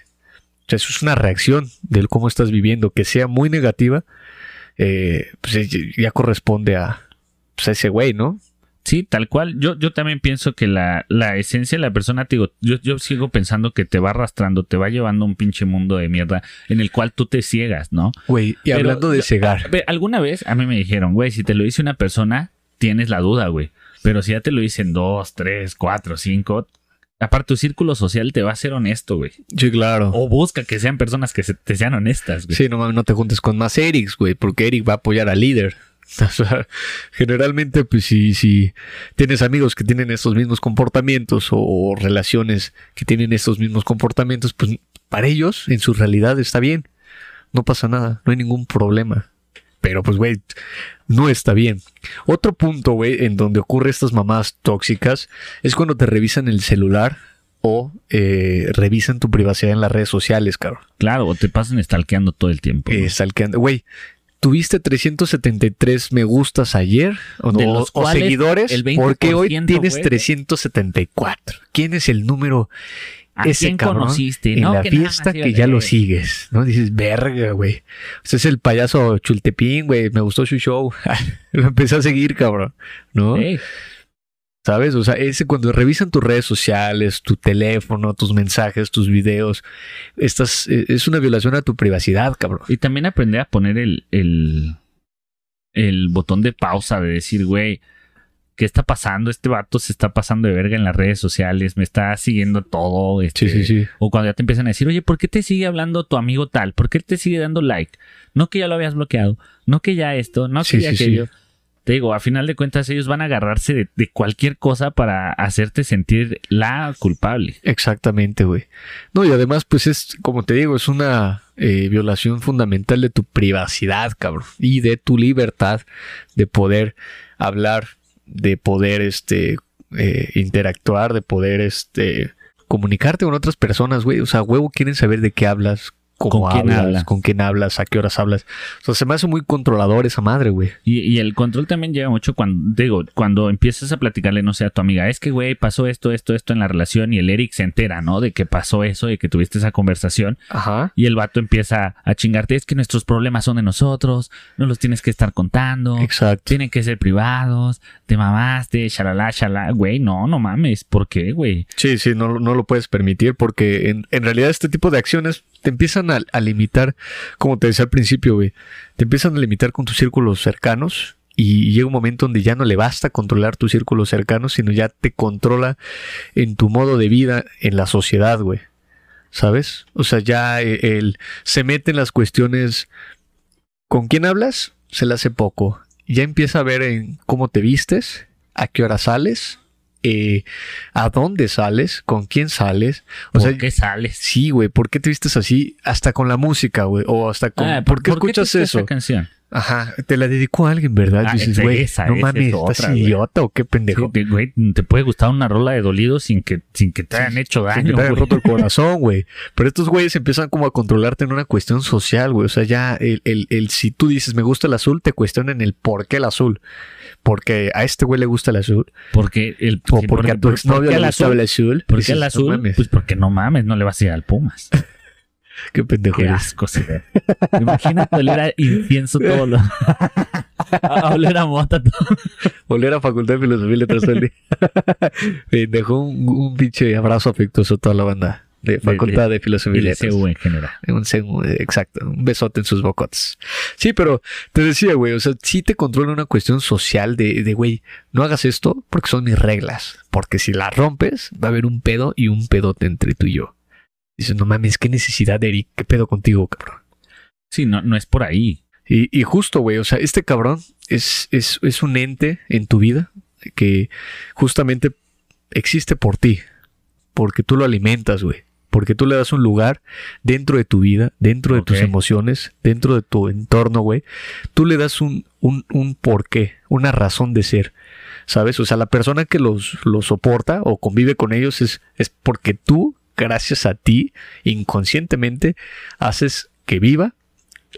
[SPEAKER 2] O sea, eso es una reacción del cómo estás viviendo, que sea muy negativa, eh, pues eh, ya corresponde a, pues, a ese güey, ¿no?
[SPEAKER 1] Sí, tal cual. Yo, yo también pienso que la, la esencia de la persona, te digo, yo, yo sigo pensando que te va arrastrando, te va llevando a un pinche mundo de mierda en el cual tú te ciegas, ¿no?
[SPEAKER 2] Güey, y
[SPEAKER 1] Pero-
[SPEAKER 2] hablando de cegar,
[SPEAKER 1] Ve, Alguna vez a mí me dijeron, güey, si te lo dice una persona, tienes la duda, güey. Pero si ya te lo dicen dos, tres, cuatro, cinco, aparte tu círculo social te va a ser honesto, güey.
[SPEAKER 2] sí, claro.
[SPEAKER 1] O busca que sean personas que se- te sean honestas, güey.
[SPEAKER 2] Sí, no mames, no te juntes con más Erics, güey, porque Eric va a apoyar al líder. O sea, generalmente, pues si, si tienes amigos que tienen estos mismos comportamientos o, o relaciones que tienen estos mismos comportamientos, pues para ellos, en su realidad, está bien. No pasa nada, no hay ningún problema. Pero pues, güey, no está bien. Otro punto, güey, en donde ocurre estas mamás tóxicas es cuando te revisan el celular o eh, revisan tu privacidad en las redes sociales, cabrón.
[SPEAKER 1] Claro, o te pasan stalkeando todo el tiempo. ¿no?
[SPEAKER 2] Eh, stalkeando. Güey, tuviste 373 me gustas ayer o,
[SPEAKER 1] De
[SPEAKER 2] o-
[SPEAKER 1] los
[SPEAKER 2] o
[SPEAKER 1] cuales
[SPEAKER 2] seguidores.
[SPEAKER 1] el
[SPEAKER 2] ¿Por qué hoy
[SPEAKER 1] 20%,
[SPEAKER 2] tienes
[SPEAKER 1] güey?
[SPEAKER 2] 374? ¿Quién es el número
[SPEAKER 1] ¿A
[SPEAKER 2] ese
[SPEAKER 1] quién
[SPEAKER 2] cabrón
[SPEAKER 1] conociste?
[SPEAKER 2] en
[SPEAKER 1] No,
[SPEAKER 2] la
[SPEAKER 1] que nada
[SPEAKER 2] fiesta
[SPEAKER 1] más iba
[SPEAKER 2] que
[SPEAKER 1] de-
[SPEAKER 2] ya lo sigues? ¿No? Dices, verga, güey. O sea, es el payaso Chultepín, güey. Me gustó su show. lo empecé a seguir, cabrón. ¿No?
[SPEAKER 1] Ey,
[SPEAKER 2] ¿Sabes? O sea, ese cuando revisan tus redes sociales, tu teléfono, tus mensajes, tus videos, estás, eh, es una violación a tu privacidad, cabrón.
[SPEAKER 1] Y también aprender a poner el, el, el botón de pausa, de decir, güey, ¿qué está pasando? Este vato se está pasando de verga en las redes sociales, me está siguiendo todo. este,
[SPEAKER 2] sí.
[SPEAKER 1] O cuando ya te empiezan a decir, oye, ¿por qué te sigue hablando tu amigo tal? ¿Por qué te sigue dando like? No que ya lo habías bloqueado, no que ya esto, no que
[SPEAKER 2] Sí,
[SPEAKER 1] ya
[SPEAKER 2] sí, sí.
[SPEAKER 1] aquello. Te digo, a final de cuentas ellos van a agarrarse de, de cualquier cosa para hacerte sentir la culpable.
[SPEAKER 2] Exactamente, güey. No, y además, pues es, como te digo, es una eh, violación fundamental de tu privacidad, cabrón, y de tu libertad de poder hablar, de poder, este, eh, interactuar, de poder, este, comunicarte con otras personas, güey. O sea, huevo, quieren saber de qué hablas, cómo
[SPEAKER 1] ¿Con
[SPEAKER 2] hablas,
[SPEAKER 1] quién hablas?
[SPEAKER 2] con quién hablas, a qué horas hablas. O sea, se me hace muy controlador esa madre, güey.
[SPEAKER 1] Y, y el control también llega mucho cuando, digo, cuando empiezas a platicarle, no sé, a tu amiga, es que, güey, pasó esto, esto, esto en la relación y el Eric se entera, ¿no? De que pasó eso, de que tuviste esa conversación
[SPEAKER 2] Ajá.
[SPEAKER 1] y el vato empieza a chingarte, es que nuestros problemas son de nosotros, no los tienes que estar contando.
[SPEAKER 2] Exacto.
[SPEAKER 1] Tienen que ser privados, te mamaste, shalala, shalala. Güey, no, no mames. ¿Por qué, güey?
[SPEAKER 2] Sí, sí, no, lo- no lo puedes permitir porque en, en realidad este tipo de acciones te empiezan a, a limitar, como te decía al principio, güey, te empiezan a limitar con tus círculos cercanos y llega un momento donde ya no le basta controlar tus círculos cercanos, sino ya te controla en tu modo de vida, en la sociedad, güey. ¿Sabes? O sea, ya eh, el, se mete en las cuestiones con quién hablas, se le hace poco. Ya empieza a ver en cómo te vistes, a qué hora sales, eh, a dónde sales, con quién sales. O
[SPEAKER 1] ¿Por
[SPEAKER 2] sea,
[SPEAKER 1] qué sales?
[SPEAKER 2] sí, güey, ¿por qué te vistes así? Hasta con la música, güey, o hasta con...
[SPEAKER 1] Ah,
[SPEAKER 2] ¿Por qué
[SPEAKER 1] te
[SPEAKER 2] escuchas
[SPEAKER 1] gusta
[SPEAKER 2] eso?
[SPEAKER 1] Esa canción?
[SPEAKER 2] Ajá, te la dedicó a alguien, ¿verdad?
[SPEAKER 1] Ah,
[SPEAKER 2] Dices,
[SPEAKER 1] esa-
[SPEAKER 2] güey,
[SPEAKER 1] esa-
[SPEAKER 2] no
[SPEAKER 1] esa
[SPEAKER 2] mames,
[SPEAKER 1] es otra,
[SPEAKER 2] ¿estás
[SPEAKER 1] güey.
[SPEAKER 2] idiota o qué pendejo?
[SPEAKER 1] Sí, te- Güey, te puede gustar una rola de dolido sin que, sin que te hayan hecho
[SPEAKER 2] Sin que
[SPEAKER 1] daño.
[SPEAKER 2] te hayan
[SPEAKER 1] güey.
[SPEAKER 2] roto el corazón, güey. Pero estos güeyes empiezan como a controlarte en una cuestión social, güey. O sea, ya el, el- el si tú dices me gusta el azul, te cuestionan el por qué el azul. Porque a este güey le gusta el azul.
[SPEAKER 1] Porque el
[SPEAKER 2] O
[SPEAKER 1] sí,
[SPEAKER 2] porque a tu
[SPEAKER 1] por-
[SPEAKER 2] exnovio
[SPEAKER 1] ¿por qué
[SPEAKER 2] le
[SPEAKER 1] al
[SPEAKER 2] gustaba el
[SPEAKER 1] azul?
[SPEAKER 2] azul.
[SPEAKER 1] ¿Por qué
[SPEAKER 2] Dices,
[SPEAKER 1] al
[SPEAKER 2] "No
[SPEAKER 1] azul?
[SPEAKER 2] mames,
[SPEAKER 1] pues porque no mames, no le vas a ir al Pumas.
[SPEAKER 2] qué pendejo
[SPEAKER 1] Qué
[SPEAKER 2] eres.
[SPEAKER 1] asco se ve. Imagínate oler a incienso todo lo... a oler a mota todo.
[SPEAKER 2] Volver a Facultad de Filosofía y Letras todo el día. Me Dejó un, un pinche abrazo afectuoso a toda la banda de Facultad de, Filosofía y
[SPEAKER 1] El
[SPEAKER 2] Letras.
[SPEAKER 1] CU en general.
[SPEAKER 2] Un segu- exacto, un besote en sus bocotes. Sí, pero te decía, güey, o sea, sí te controla una cuestión social de, de, güey, no hagas esto porque son mis reglas. Porque si las rompes, va a haber un pedo y un pedote entre tú y yo. Dices, no mames, qué necesidad, Eric, qué pedo contigo, cabrón.
[SPEAKER 1] Sí, no, no es por ahí.
[SPEAKER 2] Y, y justo, güey, o sea, este cabrón es, es, es un ente en tu vida que justamente existe por ti, porque tú lo alimentas, güey, Porque tú le das un lugar dentro de tu vida, dentro de tus
[SPEAKER 1] Ok.
[SPEAKER 2] emociones, dentro de tu entorno, güey. Tú le das un, un, un porqué, una razón de ser. ¿Sabes? O sea, la persona que los, los soporta o convive con ellos es, es porque tú, gracias a ti, inconscientemente, haces que viva,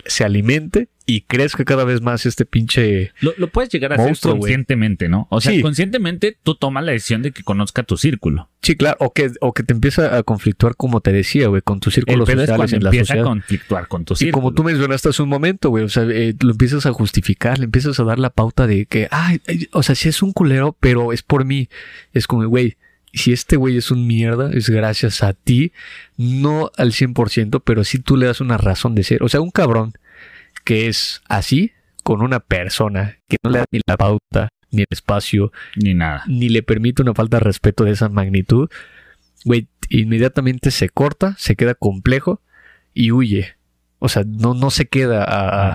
[SPEAKER 2] se alimente y crezca cada vez más este pinche...
[SPEAKER 1] Lo, lo puedes llegar a
[SPEAKER 2] Monstruo,
[SPEAKER 1] hacer
[SPEAKER 2] güey.
[SPEAKER 1] conscientemente, ¿no? O sea,
[SPEAKER 2] Sí.
[SPEAKER 1] conscientemente tú tomas la decisión de que conozca tu círculo.
[SPEAKER 2] Sí, claro, o que, o que te empieza a conflictuar, como te decía, güey, con tus
[SPEAKER 1] El
[SPEAKER 2] círculos
[SPEAKER 1] pedo es
[SPEAKER 2] sociales
[SPEAKER 1] cuando
[SPEAKER 2] en la
[SPEAKER 1] empieza a
[SPEAKER 2] sociedad.
[SPEAKER 1] conflictuar con tu
[SPEAKER 2] Y
[SPEAKER 1] círculo.
[SPEAKER 2] como tú mencionaste hace un momento, güey, o sea, eh, lo empiezas a justificar, le empiezas a dar la pauta de que, ay, ay, o sea, si es un culero, pero es por mí. Es como, güey, si este güey es un mierda, es gracias a ti, no al 100%, pero si tú le das una razón de ser. O sea, un cabrón que es así con una persona que no le da ni la pauta, ni el espacio,
[SPEAKER 1] Ni nada.
[SPEAKER 2] ni le permite una falta de respeto de esa magnitud, güey, inmediatamente se corta, se queda complejo y huye. O sea, no, no se queda a,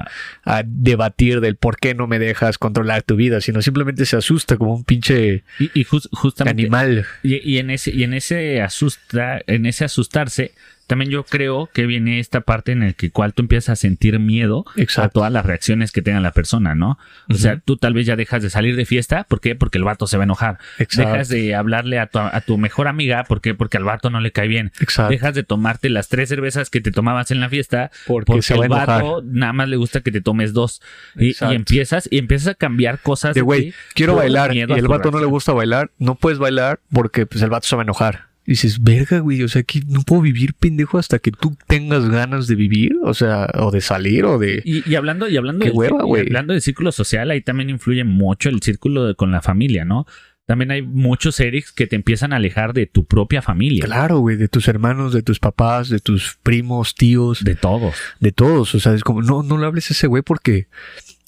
[SPEAKER 1] Ah,
[SPEAKER 2] a- a debatir del por qué no me dejas controlar tu vida, sino simplemente se asusta como un pinche
[SPEAKER 1] Y, y jus- justamente
[SPEAKER 2] animal.
[SPEAKER 1] Y, y en ese, y en ese asusta, en ese asustarse, también yo creo que viene esta parte en la que cual tú empiezas a sentir miedo a
[SPEAKER 2] Exacto.
[SPEAKER 1] todas las reacciones que tenga la persona, ¿no? O sea,
[SPEAKER 2] Ujú.
[SPEAKER 1] tú tal vez ya dejas de salir de fiesta, ¿por qué? Porque el vato se va a enojar.
[SPEAKER 2] Exacto.
[SPEAKER 1] Dejas de hablarle a tu, a tu mejor amiga, ¿por qué? Porque al vato no le cae bien.
[SPEAKER 2] Exacto.
[SPEAKER 1] Dejas de tomarte las tres cervezas que te tomabas en la fiesta
[SPEAKER 2] porque,
[SPEAKER 1] porque
[SPEAKER 2] se va a
[SPEAKER 1] el
[SPEAKER 2] enojar.
[SPEAKER 1] vato nada más le gusta que te tomes dos. Y, y
[SPEAKER 2] Exacto.
[SPEAKER 1] empiezas, y empiezas a cambiar cosas
[SPEAKER 2] De
[SPEAKER 1] de
[SPEAKER 2] güey,
[SPEAKER 1] ti.
[SPEAKER 2] quiero
[SPEAKER 1] por
[SPEAKER 2] bailar y
[SPEAKER 1] miedo a
[SPEAKER 2] el
[SPEAKER 1] tu
[SPEAKER 2] vato no le
[SPEAKER 1] reacción.
[SPEAKER 2] gusta bailar, no puedes bailar porque pues el vato se va a enojar. Y dices, verga, güey, o sea, que no puedo vivir, pendejo, hasta que tú tengas ganas de vivir, o sea, o de salir, o de...
[SPEAKER 1] Y, y hablando, y hablando,
[SPEAKER 2] Qué
[SPEAKER 1] del,
[SPEAKER 2] hueva,
[SPEAKER 1] y
[SPEAKER 2] güey.
[SPEAKER 1] hablando del círculo social, ahí también influye mucho el círculo de- con la familia, ¿no? También hay muchos Erics que te empiezan a alejar de tu propia familia,
[SPEAKER 2] Claro, güey, de tus hermanos, de tus papás, de tus primos, tíos, de,
[SPEAKER 1] de todos.
[SPEAKER 2] todos. O sea, es como, no, no le hables a ese güey porque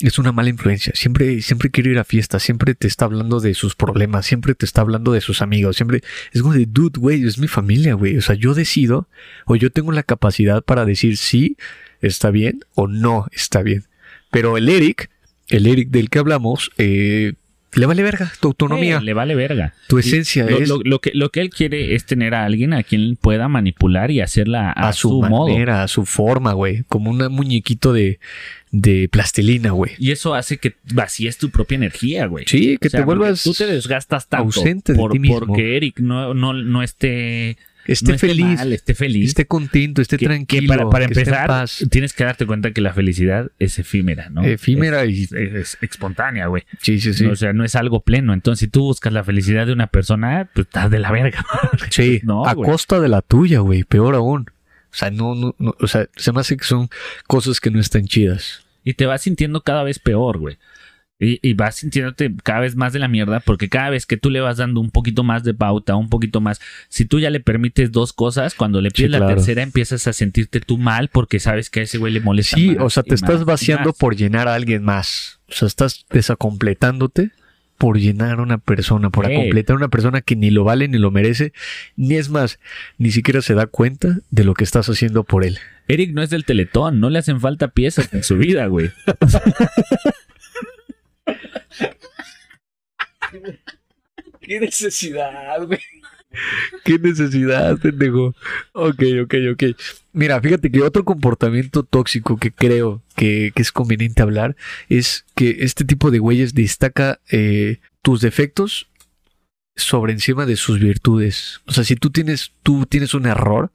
[SPEAKER 2] es una mala influencia. Siempre, siempre quiere ir a fiestas, siempre te está hablando de sus problemas, siempre te está hablando de sus amigos, siempre es como de, dude, güey, es mi familia, güey. O sea, yo decido o yo tengo la capacidad para decir sí está bien o no está bien. Pero el Eric, el Eric del que hablamos, eh, le vale verga tu autonomía,
[SPEAKER 1] Eh, le vale verga.
[SPEAKER 2] tu
[SPEAKER 1] Y
[SPEAKER 2] esencia
[SPEAKER 1] Lo,
[SPEAKER 2] es
[SPEAKER 1] lo- lo que, lo que él quiere es tener a alguien a quien pueda manipular y hacerla a,
[SPEAKER 2] a su,
[SPEAKER 1] su modo.
[SPEAKER 2] manera, a su forma, güey. Como un muñequito de, de plastilina, güey.
[SPEAKER 1] Y eso hace que vacíes tu propia energía, güey.
[SPEAKER 2] Sí, que
[SPEAKER 1] O sea,
[SPEAKER 2] te vuelvas
[SPEAKER 1] Tú te desgastas tanto
[SPEAKER 2] ausente de
[SPEAKER 1] por-
[SPEAKER 2] ti mismo.
[SPEAKER 1] porque Eric no, no, no esté,
[SPEAKER 2] esté
[SPEAKER 1] no esté
[SPEAKER 2] feliz,
[SPEAKER 1] mal, esté feliz.
[SPEAKER 2] esté contento, esté
[SPEAKER 1] que- que
[SPEAKER 2] tranquilo.
[SPEAKER 1] para, para
[SPEAKER 2] Este que esté en
[SPEAKER 1] empezar,
[SPEAKER 2] paz.
[SPEAKER 1] tienes que darte cuenta que la felicidad es efímera, ¿no?
[SPEAKER 2] efímera y
[SPEAKER 1] Es, es- es espontánea, güey.
[SPEAKER 2] sí, sí, sí.
[SPEAKER 1] O sea, no es algo pleno. Entonces, si tú buscas la felicidad de una persona, pues estás de la verga.
[SPEAKER 2] Sí,
[SPEAKER 1] no,
[SPEAKER 2] a
[SPEAKER 1] güey.
[SPEAKER 2] costa de la tuya, güey, peor aún. O sea, no, no, no, o sea, se me hace que son cosas que no están chidas.
[SPEAKER 1] Y te vas sintiendo cada vez peor, güey. Y, y vas sintiéndote cada vez más de la mierda porque cada vez que tú le vas dando un poquito más de pauta, un poquito más, si tú ya le permites dos cosas, cuando le pides la
[SPEAKER 2] claro.
[SPEAKER 1] tercera empiezas a sentirte tú mal porque sabes que a ese güey le molesta.
[SPEAKER 2] Sí,
[SPEAKER 1] más
[SPEAKER 2] o sea,
[SPEAKER 1] y
[SPEAKER 2] te estás
[SPEAKER 1] más y
[SPEAKER 2] vaciando
[SPEAKER 1] más.
[SPEAKER 2] por llenar a alguien más. O sea, estás desacompletándote por llenar a una persona, por
[SPEAKER 1] Sí.
[SPEAKER 2] acompletar a una persona que ni lo vale ni lo merece, ni es más, ni siquiera se da cuenta de lo que estás haciendo por él.
[SPEAKER 1] Eric no es del Teletón, no le hacen falta piezas en su vida, güey.
[SPEAKER 2] Qué necesidad, güey. Qué necesidad, pendejo. Ok, ok, ok. Mira, fíjate que otro comportamiento tóxico que creo que, que es conveniente hablar es que este tipo de güeyes destaca eh, tus defectos sobre encima de sus virtudes. O sea, si tú tienes, tú tienes un error,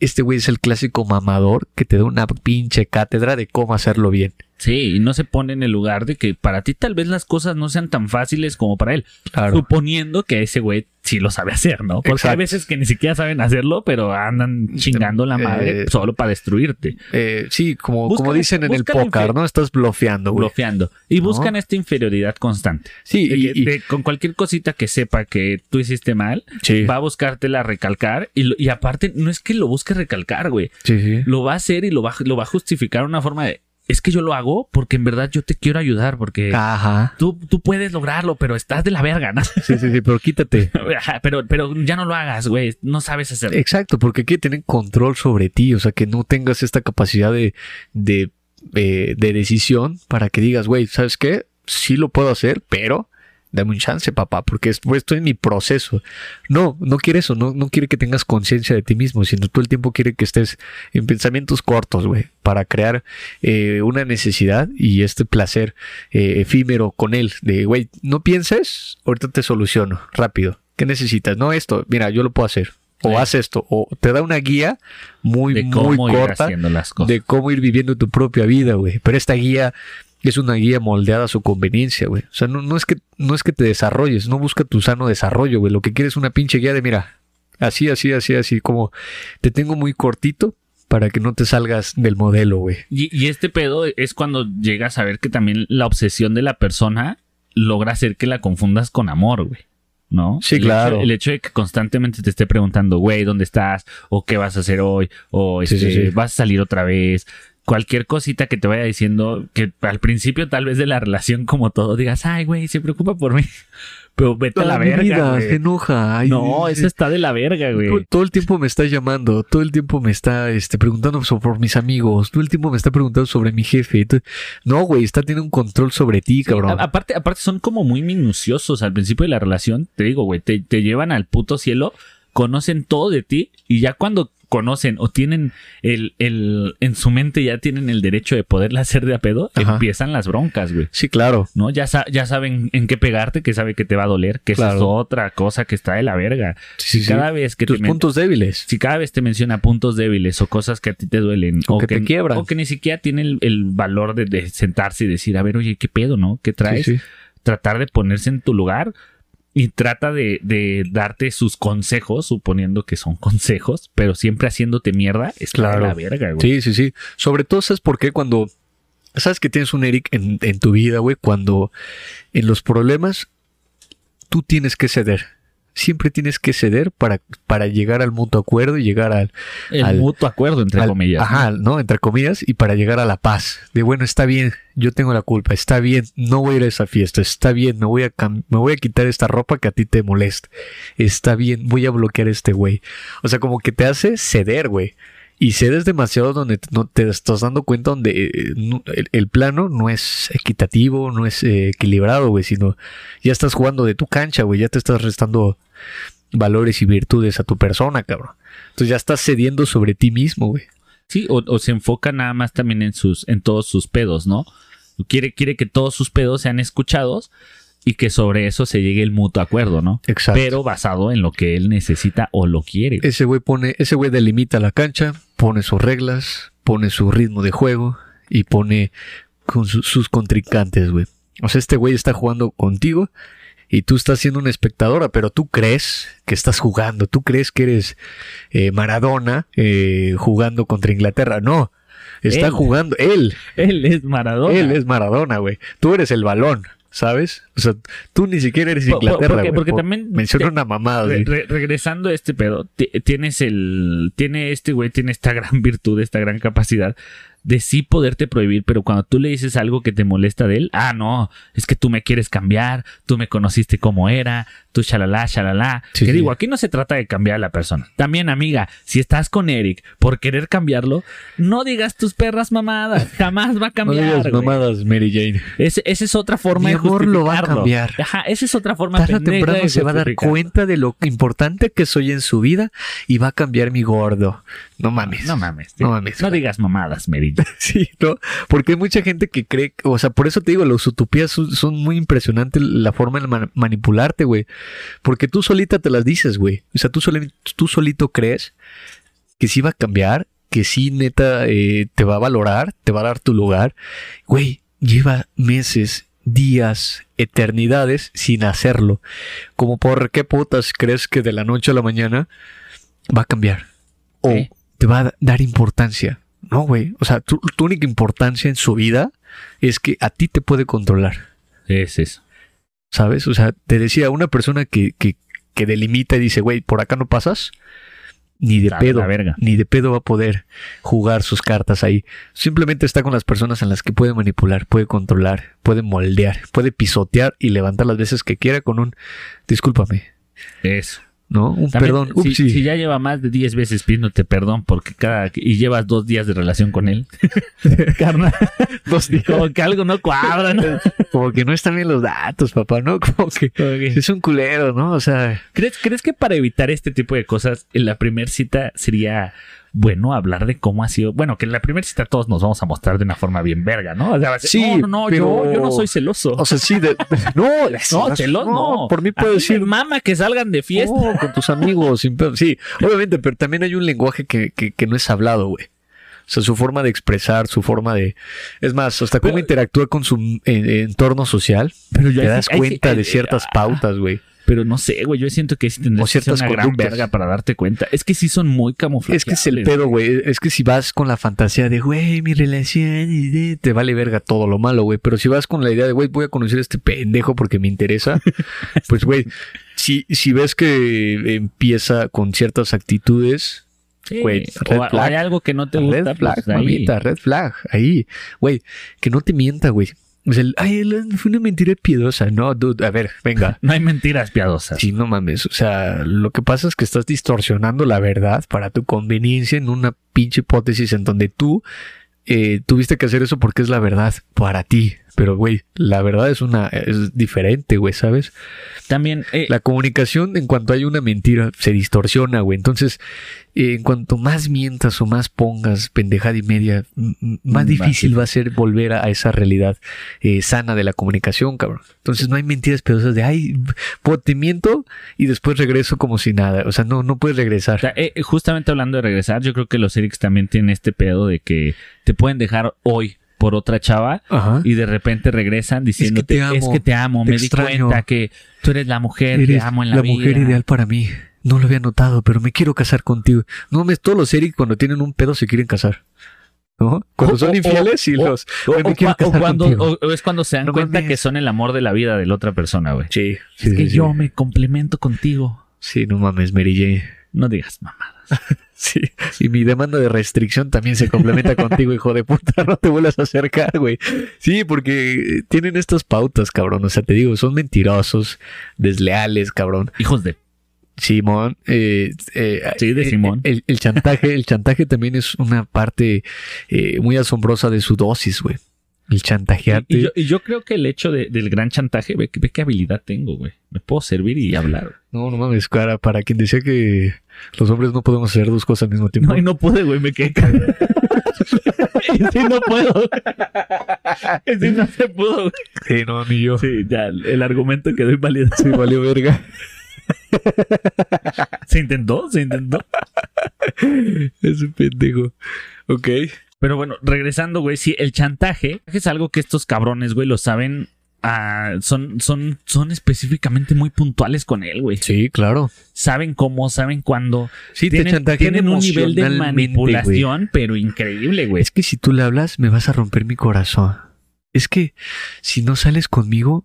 [SPEAKER 2] este güey es el clásico mamador que te da una pinche cátedra de cómo hacerlo bien.
[SPEAKER 1] Sí, y no se pone en el lugar de que para ti tal vez las cosas no sean tan fáciles como para él, suponiendo que ese güey sí lo sabe hacer, ¿no? Porque hay
[SPEAKER 2] Exacto.
[SPEAKER 1] veces que ni siquiera saben hacerlo, pero andan chingando la madre
[SPEAKER 2] Eh,
[SPEAKER 1] solo para destruirte,
[SPEAKER 2] Eh, sí, como, como
[SPEAKER 1] Búscale-
[SPEAKER 2] dicen en el
[SPEAKER 1] búscale
[SPEAKER 2] póker,
[SPEAKER 1] infi-
[SPEAKER 2] ¿no? Estás blofeando, güey.
[SPEAKER 1] bloqueando. Y
[SPEAKER 2] ¿no?
[SPEAKER 1] buscan esta inferioridad constante.
[SPEAKER 2] Sí,
[SPEAKER 1] De
[SPEAKER 2] y-
[SPEAKER 1] que-
[SPEAKER 2] y-
[SPEAKER 1] de- con cualquier cosita que sepa que tú hiciste mal,
[SPEAKER 2] sí.
[SPEAKER 1] va a buscártela recalcar. Y, lo- y aparte, no es que lo busque recalcar, güey.
[SPEAKER 2] Sí, sí.
[SPEAKER 1] lo va a hacer y lo va, lo va a justificar de una forma de es que yo lo hago porque en verdad yo te quiero ayudar, porque
[SPEAKER 2] Ajá.
[SPEAKER 1] tú, tú puedes lograrlo, pero estás de la verga, ¿no?
[SPEAKER 2] Sí, sí, sí, pero quítate.
[SPEAKER 1] Ajá, pero, pero ya no lo hagas, güey, no sabes hacerlo.
[SPEAKER 2] Exacto, porque hay que tener control sobre ti, o sea, que no tengas esta capacidad de, de, eh, de decisión para que digas, güey, ¿sabes qué? Sí lo puedo hacer, pero Dame un chance, papá, porque pues, esto- estoy en mi proceso. No, no quiere eso, no, no quiere que tengas conciencia de ti mismo, sino todo el tiempo quiere que estés en pensamientos cortos, güey, para crear eh, una necesidad y este placer eh, efímero con él, de, güey, no pienses, ahorita te soluciono, rápido. ¿Qué necesitas? No esto, mira, yo lo puedo hacer. O
[SPEAKER 1] Sí.
[SPEAKER 2] haz esto, o te da una guía muy,
[SPEAKER 1] de
[SPEAKER 2] muy
[SPEAKER 1] cómo ir
[SPEAKER 2] corta
[SPEAKER 1] haciendo las cosas.
[SPEAKER 2] de cómo ir viviendo tu propia vida, güey. Pero esta guía es una guía moldeada a su conveniencia, güey. O sea, no, no es que, no es que te desarrolles, no busca tu sano desarrollo, güey. Lo que quieres es una pinche guía de, mira, así, así, así, así, como te tengo muy cortito para que no te salgas del modelo, güey.
[SPEAKER 1] Y, y este pedo es cuando llegas a ver que también la obsesión de la persona logra hacer que la confundas con amor, güey. ¿No?
[SPEAKER 2] Sí,
[SPEAKER 1] El
[SPEAKER 2] claro.
[SPEAKER 1] hecho- el hecho de que constantemente te esté preguntando, güey, ¿dónde estás? ¿O qué vas a hacer hoy? ¿O
[SPEAKER 2] Sí,
[SPEAKER 1] este,
[SPEAKER 2] sí, sí.
[SPEAKER 1] vas a salir otra vez? Cualquier cosita que te vaya diciendo, que al principio tal vez de la relación como todo digas, ay, güey, se preocupa por mí. Pero vete a la
[SPEAKER 2] Ay, mi
[SPEAKER 1] verga,
[SPEAKER 2] vida,
[SPEAKER 1] güey.
[SPEAKER 2] se enoja. Ay,
[SPEAKER 1] No,
[SPEAKER 2] sí.
[SPEAKER 1] eso está de la verga, güey.
[SPEAKER 2] Todo, todo el tiempo me está llamando, todo el tiempo me está este, preguntando so- por mis amigos, todo el tiempo me está preguntando sobre mi jefe. Todo- No, güey, está teniendo un control sobre ti, cabrón.
[SPEAKER 1] A- aparte, aparte son como muy minuciosos al principio de la relación. Te digo, güey, te, te llevan al puto cielo, conocen todo de ti y ya cuando conocen o tienen el, el en su mente ya tienen el derecho de poderla hacer de a pedo,
[SPEAKER 2] Ajá.
[SPEAKER 1] empiezan las broncas, güey.
[SPEAKER 2] Sí, claro.
[SPEAKER 1] ¿No? Ya, sa- ya saben en qué pegarte, que sabe que te va a doler, que esa es
[SPEAKER 2] Claro.
[SPEAKER 1] otra cosa que está de la verga.
[SPEAKER 2] Sí, sí.
[SPEAKER 1] Cada vez que
[SPEAKER 2] tus
[SPEAKER 1] te men-
[SPEAKER 2] puntos débiles.
[SPEAKER 1] si cada vez te menciona puntos débiles o cosas que a ti te duelen
[SPEAKER 2] O que te quiebran.
[SPEAKER 1] o que ni siquiera tiene el, el valor de, de sentarse y decir, a ver, oye, ¿qué pedo, no? ¿Qué traes?
[SPEAKER 2] Sí, sí.
[SPEAKER 1] tratar de ponerse en tu lugar y trata de, de darte sus consejos, suponiendo que son consejos, pero siempre haciéndote mierda, es
[SPEAKER 2] Claro.
[SPEAKER 1] la verga, güey.
[SPEAKER 2] Sí, sí, sí. Sobre todo, ¿sabes por qué? Cuando sabes que tienes un Eric en, en tu vida, güey, cuando en los problemas tú tienes que ceder. Siempre tienes que ceder para, para llegar al mutuo acuerdo y llegar al,
[SPEAKER 1] El
[SPEAKER 2] Al-
[SPEAKER 1] mutuo acuerdo, entre
[SPEAKER 2] al-
[SPEAKER 1] comillas. ¿no?
[SPEAKER 2] Ajá, ¿no? Entre comillas, y para llegar a la paz. De bueno, está bien, yo tengo la culpa, está bien, no voy a ir a esa fiesta, está bien, me voy a, cam- me voy a quitar esta ropa que a ti te molesta, está bien, voy a bloquear a este güey. O sea, como que te hace ceder, güey. Y cedes demasiado donde t- no te estás dando cuenta donde eh, no- el, el plano no es equitativo, no es eh, equilibrado, güey, sino ya estás jugando de tu cancha, güey, ya te estás restando valores y virtudes a tu persona, cabrón. Entonces ya estás cediendo sobre ti mismo, güey.
[SPEAKER 1] Sí, o, o se enfoca nada más también en sus, en todos sus pedos, ¿no? Quiere, quiere que todos sus pedos sean escuchados y que sobre eso se llegue el mutuo acuerdo, ¿no?
[SPEAKER 2] Exacto.
[SPEAKER 1] Pero basado en lo que él necesita o lo quiere.
[SPEAKER 2] ese güey pone, ese güey delimita la cancha, pone sus reglas, pone su ritmo de juego y pone con su- sus contrincantes, güey. O sea, este güey está jugando contigo y tú estás siendo una espectadora, pero tú crees que estás jugando, tú crees que eres eh, Maradona eh, jugando contra Inglaterra. No, está
[SPEAKER 1] Él.
[SPEAKER 2] jugando él.
[SPEAKER 1] Él es Maradona.
[SPEAKER 2] Él es Maradona, güey. Tú eres el balón, ¿sabes? O sea, tú ni siquiera eres
[SPEAKER 1] Por- por-
[SPEAKER 2] Inglaterra,
[SPEAKER 1] porque-
[SPEAKER 2] güey.
[SPEAKER 1] porque
[SPEAKER 2] Por-
[SPEAKER 1] también
[SPEAKER 2] Menciona
[SPEAKER 1] te-
[SPEAKER 2] una mamada.
[SPEAKER 1] Re-
[SPEAKER 2] güey.
[SPEAKER 1] re- regresando a este pedo, ti- tienes el. Tiene este güey, tiene esta gran virtud, esta gran capacidad de sí poderte prohibir, pero cuando tú le dices algo que te molesta de él, ah, no, es que tú me quieres cambiar, tú me conociste como era, tú shalala, shalala.
[SPEAKER 2] Sí,
[SPEAKER 1] que
[SPEAKER 2] sí.
[SPEAKER 1] digo, aquí no se trata de cambiar a la persona. También, amiga, si estás con Eric por querer cambiarlo, no digas tus perras mamadas, jamás va a
[SPEAKER 2] No
[SPEAKER 1] cambiar.
[SPEAKER 2] digas
[SPEAKER 1] güey.
[SPEAKER 2] mamadas, Mary Jane.
[SPEAKER 1] Ese- esa es otra forma
[SPEAKER 2] Mi
[SPEAKER 1] de
[SPEAKER 2] amor lo va a
[SPEAKER 1] justificarlo.
[SPEAKER 2] cambiar.
[SPEAKER 1] Ajá, esa es otra forma
[SPEAKER 2] Tarde o
[SPEAKER 1] pendeja
[SPEAKER 2] temprano
[SPEAKER 1] de
[SPEAKER 2] se va a dar
[SPEAKER 1] justificar.
[SPEAKER 2] cuenta de lo importante que soy en su vida y va a cambiar mi gordo. No mames.
[SPEAKER 1] No mames.
[SPEAKER 2] No mames.
[SPEAKER 1] No digas mamadas, Merilla.
[SPEAKER 2] Sí, no. Porque hay mucha gente que cree, que- o sea, por eso te digo, las utopías son, son muy impresionantes la forma de man- manipularte, güey. Porque tú solita te las dices, güey. O sea, tú, soli- tú solito crees que sí va a cambiar, que sí, neta, eh, te va a valorar, te va a dar tu lugar. Güey, lleva meses, días, eternidades sin hacerlo. Como por qué putas crees que de la noche a la mañana va a cambiar. O
[SPEAKER 1] Sí.
[SPEAKER 2] te va a dar importancia. No, güey. O sea, tu, tu única importancia en su vida es que a ti te puede controlar.
[SPEAKER 1] Es eso.
[SPEAKER 2] ¿Sabes? O sea, te decía, una persona que, que, que delimita y dice, güey, por acá no pasas, ni de
[SPEAKER 1] A la
[SPEAKER 2] pedo
[SPEAKER 1] verga.
[SPEAKER 2] ni de pedo va a poder jugar sus cartas ahí. Simplemente está con las personas en las que puede manipular, puede controlar, puede moldear, puede pisotear y levantar las veces que quiera con un discúlpame.
[SPEAKER 1] Eso.
[SPEAKER 2] ¿no? Un
[SPEAKER 1] También,
[SPEAKER 2] perdón,
[SPEAKER 1] si,
[SPEAKER 2] upsi.
[SPEAKER 1] si ya lleva más de 10 veces pidiéndote perdón porque cada y llevas dos días de relación con él, carnal,
[SPEAKER 2] Dos días.
[SPEAKER 1] como que algo no cuadra, ¿no?
[SPEAKER 2] Como que no están bien los datos, papá, ¿no? Como que es un culero, ¿no? O sea,
[SPEAKER 1] ¿Crees, ¿Crees que para evitar este tipo de cosas, en la primera cita sería bueno hablar de cómo ha sido? Bueno, que en la primera cita todos nos vamos a mostrar de una forma bien verga, ¿no? O sea, va a ser,
[SPEAKER 2] Sí,
[SPEAKER 1] no, no, no,
[SPEAKER 2] pero-
[SPEAKER 1] yo, yo no soy celoso.
[SPEAKER 2] o sea, sí, de- no, las-
[SPEAKER 1] no,
[SPEAKER 2] las-
[SPEAKER 1] celoso, no.
[SPEAKER 2] Por mí
[SPEAKER 1] A
[SPEAKER 2] puedes
[SPEAKER 1] mí
[SPEAKER 2] decir,
[SPEAKER 1] me mama que salgan de fiesta.
[SPEAKER 2] Oh, con tus amigos, sin pedo. Sí, obviamente, pero también hay un lenguaje que, que- que no es hablado, güey. O sea, su forma de expresar, su forma de... Es más, hasta cómo
[SPEAKER 1] Pero-
[SPEAKER 2] interactúa con su eh, eh, entorno social.
[SPEAKER 1] Pero
[SPEAKER 2] Te
[SPEAKER 1] ahí sí-
[SPEAKER 2] das
[SPEAKER 1] ahí sí-
[SPEAKER 2] cuenta
[SPEAKER 1] ahí-
[SPEAKER 2] de ciertas
[SPEAKER 1] ah,
[SPEAKER 2] pautas, güey.
[SPEAKER 1] Pero no sé, güey, yo siento que sí tendrías
[SPEAKER 2] O ciertas
[SPEAKER 1] que ser una gran
[SPEAKER 2] conductas.
[SPEAKER 1] verga para darte cuenta. Es que sí son muy camuflados.
[SPEAKER 2] Es que es el pedo, güey. Es que si vas con la fantasía de, güey, mi relación, y de- te vale verga todo lo malo, güey. Pero si vas con la idea de, güey, voy a conocer a este pendejo porque me interesa, pues, güey, si, si ves que empieza con ciertas actitudes, güey, red
[SPEAKER 1] o, o
[SPEAKER 2] flag.
[SPEAKER 1] hay algo que no te gusta,
[SPEAKER 2] red flag,
[SPEAKER 1] pues, ahí.
[SPEAKER 2] mamita, red flag, ahí, güey, que no te mienta, güey. O sea, el, ay, el- fue una mentira piadosa. No, dude, a ver, venga.
[SPEAKER 1] No hay mentiras piadosas.
[SPEAKER 2] Sí, no mames. O sea, lo que pasa es que estás distorsionando la verdad para tu conveniencia en una pinche hipótesis en donde tú eh, tuviste que hacer eso porque es la verdad para ti. Pero, güey, la verdad es una es diferente, güey, ¿sabes?
[SPEAKER 1] También, eh,
[SPEAKER 2] La comunicación en cuanto hay una mentira se distorsiona, güey. Entonces, eh, en cuanto más mientas o más pongas pendejada y media, m- m- más
[SPEAKER 1] Más
[SPEAKER 2] difícil va a ser volver a, a esa realidad eh, sana de la comunicación, cabrón. Entonces, no hay mentiras pedosas de, ay, po, te miento y después regreso como si nada. O sea, no, no puedes
[SPEAKER 1] o sea,
[SPEAKER 2] regresar.
[SPEAKER 1] eh, justamente hablando de regresar, yo creo que los Erics también tienen este pedo de que te pueden dejar hoy por otra chava
[SPEAKER 2] Ajá.
[SPEAKER 1] y de repente regresan diciéndote,
[SPEAKER 2] te amo,
[SPEAKER 1] es que te amo,
[SPEAKER 2] te
[SPEAKER 1] me di
[SPEAKER 2] extraño.
[SPEAKER 1] cuenta que tú eres la mujer,
[SPEAKER 2] Eres
[SPEAKER 1] te amo en la,
[SPEAKER 2] la
[SPEAKER 1] vida.
[SPEAKER 2] mujer ideal para mí. No lo había notado, pero me quiero casar contigo. No mames, todos los Eric cuando tienen un pedo se quieren casar. ¿No? Cuando
[SPEAKER 1] O-
[SPEAKER 2] son
[SPEAKER 1] o-
[SPEAKER 2] infieles y
[SPEAKER 1] o-
[SPEAKER 2] los...
[SPEAKER 1] O,
[SPEAKER 2] "Güey, me
[SPEAKER 1] o
[SPEAKER 2] quiero
[SPEAKER 1] cua- o
[SPEAKER 2] casar
[SPEAKER 1] cuando,
[SPEAKER 2] contigo".
[SPEAKER 1] o- o es cuando se dan
[SPEAKER 2] No
[SPEAKER 1] cuenta
[SPEAKER 2] mames.
[SPEAKER 1] que son el amor de la vida de la otra persona, güey.
[SPEAKER 2] Sí,
[SPEAKER 1] Es
[SPEAKER 2] sí,
[SPEAKER 1] que
[SPEAKER 2] sí,
[SPEAKER 1] yo
[SPEAKER 2] sí.
[SPEAKER 1] me complemento contigo.
[SPEAKER 2] Sí, no mames, Mary Jane.
[SPEAKER 1] No digas mamá.
[SPEAKER 2] Sí. Y mi demanda de restricción también se complementa contigo, hijo de puta. No te vuelvas a acercar, güey. Sí, porque tienen estas pautas, cabrón. O sea, te digo, son mentirosos, desleales, cabrón.
[SPEAKER 1] Hijos de...
[SPEAKER 2] Simón. eh, eh,
[SPEAKER 1] Sí, de
[SPEAKER 2] eh,
[SPEAKER 1] Simón.
[SPEAKER 2] El, el chantaje, el chantaje también es una parte eh, muy asombrosa de su dosis, güey. El chantajearte.
[SPEAKER 1] Y, y yo, y yo creo que el hecho de- del gran chantaje, ve, que- ve qué habilidad tengo, güey. Me puedo servir y hablar.
[SPEAKER 2] No, no mames, cara. Para quien decía que los hombres no podemos hacer dos cosas al mismo tiempo.
[SPEAKER 1] y no pude, güey, me quedé cagado. sí, no puedo. sí, no se pudo, güey.
[SPEAKER 2] Sí, no, ni yo.
[SPEAKER 1] Sí, ya, el argumento quedó inválido.
[SPEAKER 2] Sí, valió verga.
[SPEAKER 1] Se intentó, se intentó.
[SPEAKER 2] Es un pendejo. Ok.
[SPEAKER 1] Pero bueno, regresando, güey, sí, el chantaje es algo que estos cabrones, güey, lo saben. ah, son, son, son específicamente muy puntuales con él, güey.
[SPEAKER 2] Sí, claro.
[SPEAKER 1] Saben cómo, saben cuándo.
[SPEAKER 2] Sí, te
[SPEAKER 1] tienen
[SPEAKER 2] chantajean
[SPEAKER 1] tienen un nivel de
[SPEAKER 2] emocionalmente, güey.
[SPEAKER 1] manipulación, pero increíble, güey.
[SPEAKER 2] Es que si tú le hablas, me vas a romper mi corazón. Es que si no sales conmigo,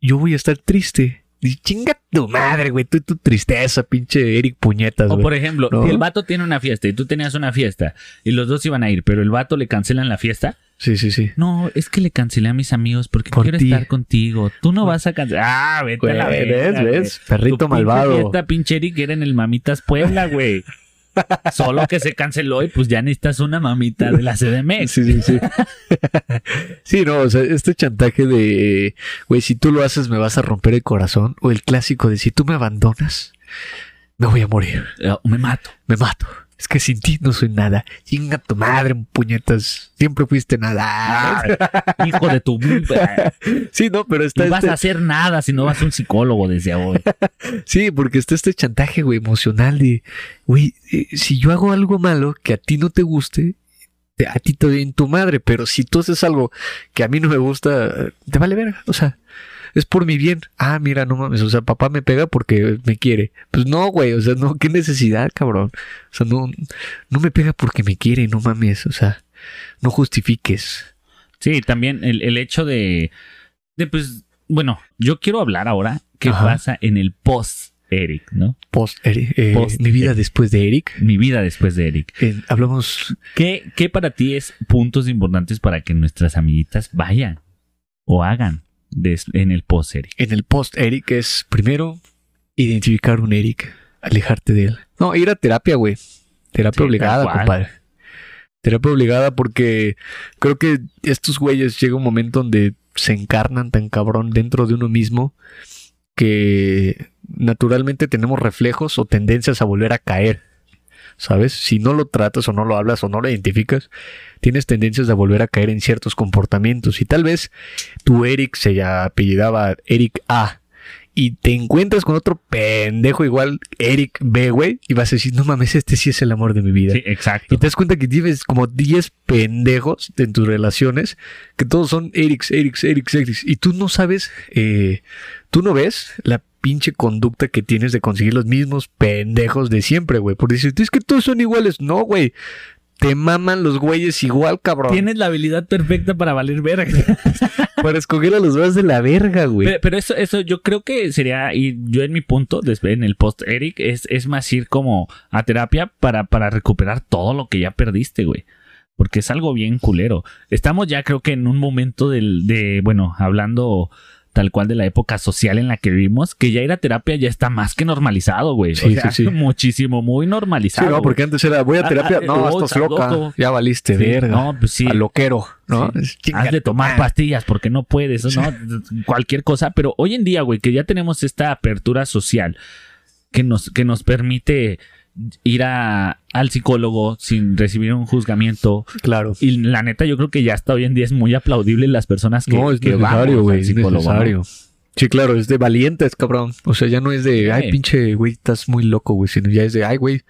[SPEAKER 2] yo voy a estar triste. Y chinga tu madre, güey. Tú y tu tristeza, pinche Eric Puñetas,
[SPEAKER 1] O
[SPEAKER 2] güey.
[SPEAKER 1] por ejemplo,
[SPEAKER 2] ¿no?
[SPEAKER 1] si el vato tiene una fiesta y tú tenías una fiesta y los dos iban a ir, pero el vato le cancelan la fiesta.
[SPEAKER 2] Sí, sí, sí.
[SPEAKER 1] No, es que le cancelé a mis amigos porque
[SPEAKER 2] Por
[SPEAKER 1] quiero
[SPEAKER 2] ti.
[SPEAKER 1] estar contigo. Tú no vas a cancelar. Ah, vete a la
[SPEAKER 2] Güey,
[SPEAKER 1] verga,
[SPEAKER 2] ¿Ves?
[SPEAKER 1] güey.
[SPEAKER 2] ¿Ves? Perrito
[SPEAKER 1] Tu pinche
[SPEAKER 2] malvado.
[SPEAKER 1] Fiesta pinche Eric era en el Mamitas Puebla, güey. Solo que se canceló y pues ya necesitas una mamita de la CDMX.
[SPEAKER 2] Sí, sí, sí. sí, no, o sea, este chantaje de, güey, si tú lo haces me vas a romper el corazón. O el clásico de, si tú me abandonas, me voy a morir.
[SPEAKER 1] Eh, Me mato.
[SPEAKER 2] me mato. Es que sin ti no soy nada. Chinga tu madre, puñetas. Siempre fuiste
[SPEAKER 1] Ah.
[SPEAKER 2] nada.
[SPEAKER 1] Hijo de tu... No
[SPEAKER 2] Sí, no, pero está
[SPEAKER 1] vas
[SPEAKER 2] este-
[SPEAKER 1] a hacer nada si no vas a un psicólogo, decía hoy.
[SPEAKER 2] Sí, porque está este chantaje, güey, emocional de, güey, eh, si yo hago algo malo que a ti no te guste, te- a ti te doy en tu madre, pero si tú haces algo que a mí no me gusta, eh, te vale verga. O sea, es por mi bien. Ah, mira, no mames, o sea, papá me pega porque me quiere. Pues no, güey, o sea, no, qué necesidad, cabrón. O sea, no, no me pega porque me quiere, no mames, o sea, no justifiques.
[SPEAKER 1] Sí, también el, el hecho de, de, pues, bueno, yo quiero hablar ahora qué
[SPEAKER 2] Ajá.
[SPEAKER 1] pasa en el post Eric, ¿no?
[SPEAKER 2] post, Eri- eh,
[SPEAKER 1] Post-
[SPEAKER 2] mi vida después de Eric.
[SPEAKER 1] Mi vida después de Eric.
[SPEAKER 2] Eh, hablamos
[SPEAKER 1] ¿Qué, ¿Qué para ti es puntos importantes para que nuestras amiguitas vayan o hagan des- en el post Eric?
[SPEAKER 2] en el post Eric es primero identificar un Eric. alejarte de él. No, ir a terapia, güey. Terapia
[SPEAKER 1] Sí, tal
[SPEAKER 2] obligada,
[SPEAKER 1] cual.
[SPEAKER 2] compadre. Terapia obligada porque creo que estos güeyes llega un momento donde se encarnan tan cabrón dentro de uno mismo que naturalmente tenemos reflejos o tendencias a volver a caer. ¿Sabes? Si no lo tratas o no lo hablas o no lo identificas, tienes tendencias a volver a caer en ciertos comportamientos. Y tal vez tu Eric se ya apellidaba Eric A. Y te encuentras con otro pendejo igual, Eric B, güey, y vas a decir, no mames, este sí es el amor de mi vida.
[SPEAKER 1] Sí, exacto.
[SPEAKER 2] Y te das cuenta que tienes como 10 pendejos en tus relaciones, que todos son Erics, Erics, Erics, Erics. Y tú no sabes, eh, tú no ves la pinche conducta que tienes de conseguir los mismos pendejos de siempre, güey. Porque dices, es que todos son iguales. No, güey. Te maman los güeyes igual, cabrón.
[SPEAKER 1] Tienes la habilidad perfecta para valer verga.
[SPEAKER 2] Para escoger a los más de la verga, güey.
[SPEAKER 1] Pero, pero eso, eso yo creo que sería, y yo en mi punto, después en el post Eric, es, es más ir como a terapia para, para recuperar todo lo que ya perdiste, güey. Porque es algo bien culero. Estamos ya creo que en un momento del, de, bueno, hablando tal cual de la época social en la que vivimos, que ya ir a terapia ya está más que normalizado, güey.
[SPEAKER 2] Sí,
[SPEAKER 1] o sea,
[SPEAKER 2] sí, sí.
[SPEAKER 1] muchísimo, muy
[SPEAKER 2] Sí,
[SPEAKER 1] normalizado.
[SPEAKER 2] no, porque antes era, voy a terapia.
[SPEAKER 1] Ah, ah,
[SPEAKER 2] No,
[SPEAKER 1] oh,
[SPEAKER 2] estás loca.
[SPEAKER 1] loco.
[SPEAKER 2] Ya valiste,
[SPEAKER 1] güey. Sí,
[SPEAKER 2] verga.
[SPEAKER 1] No, pues sí.
[SPEAKER 2] A loquero, ¿no? Es chinga
[SPEAKER 1] Has de
[SPEAKER 2] tu
[SPEAKER 1] tomar
[SPEAKER 2] madre.
[SPEAKER 1] pastillas porque no puedes, ¿no? Cualquier cosa. Pero hoy en día, güey, que ya tenemos esta apertura social que nos, que nos permite ir a, al psicólogo sin recibir un juzgamiento.
[SPEAKER 2] Claro.
[SPEAKER 1] Y la neta, yo creo que ya hasta hoy en día es muy aplaudible las personas que,
[SPEAKER 2] no, es
[SPEAKER 1] que
[SPEAKER 2] necesario,
[SPEAKER 1] vamos
[SPEAKER 2] güey.
[SPEAKER 1] al
[SPEAKER 2] Es
[SPEAKER 1] psicólogo, ¿no?
[SPEAKER 2] necesario. Sí, claro, es de valientes, cabrón. O sea, ya no es de, ay,
[SPEAKER 1] Sí.
[SPEAKER 2] pinche, güey, estás muy loco, güey. Sino ya es de, ay, güey,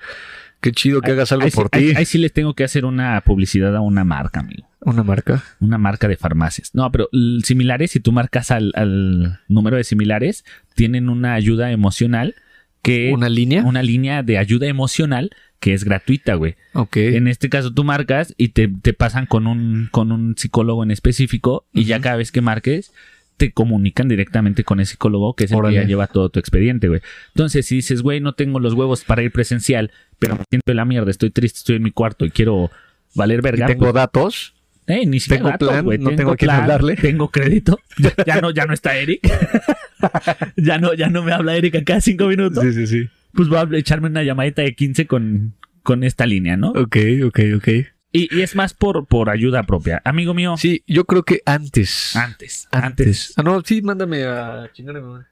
[SPEAKER 2] qué chido que hagas algo
[SPEAKER 1] Ahí sí-
[SPEAKER 2] por
[SPEAKER 1] ahí-
[SPEAKER 2] ti.
[SPEAKER 1] ahí sí les tengo que hacer una publicidad a una marca, amigo.
[SPEAKER 2] Una marca.
[SPEAKER 1] Una marca de farmacias. No, pero l- similares, si tú marcas al, al número de similares, tienen una ayuda emocional que
[SPEAKER 2] Una línea.
[SPEAKER 1] una línea de ayuda emocional que es gratuita, güey.
[SPEAKER 2] Ok.
[SPEAKER 1] En este caso tú marcas y te, te pasan con un, con un psicólogo en específico y ya
[SPEAKER 2] Ujú.
[SPEAKER 1] cada vez que marques te comunican directamente con el psicólogo que es el que
[SPEAKER 2] Órale.
[SPEAKER 1] ya lleva todo tu expediente, güey. Entonces si dices, güey, no tengo los huevos para ir presencial, pero me siento de la mierda, estoy triste, estoy en mi cuarto y quiero valer
[SPEAKER 2] Y
[SPEAKER 1] verga.
[SPEAKER 2] tengo datos.
[SPEAKER 1] pues, eh, ni siquiera
[SPEAKER 2] tengo
[SPEAKER 1] datos,
[SPEAKER 2] plan,
[SPEAKER 1] güey,
[SPEAKER 2] no tengo a quién hablarle.
[SPEAKER 1] Tengo crédito. Ya, ya no, ya no está Eric. ya no, ya no me habla Eric cada cinco minutos
[SPEAKER 2] sí, sí.
[SPEAKER 1] pues va a echarme una llamadita de 15 con, con esta línea, ¿no?
[SPEAKER 2] Ok, ok, ok.
[SPEAKER 1] Y, y es más por, por ayuda propia. Amigo mío,
[SPEAKER 2] Sí, yo creo que antes.
[SPEAKER 1] antes, antes,
[SPEAKER 2] Antes. Ah, no, sí, mándame a chingar a mi madre.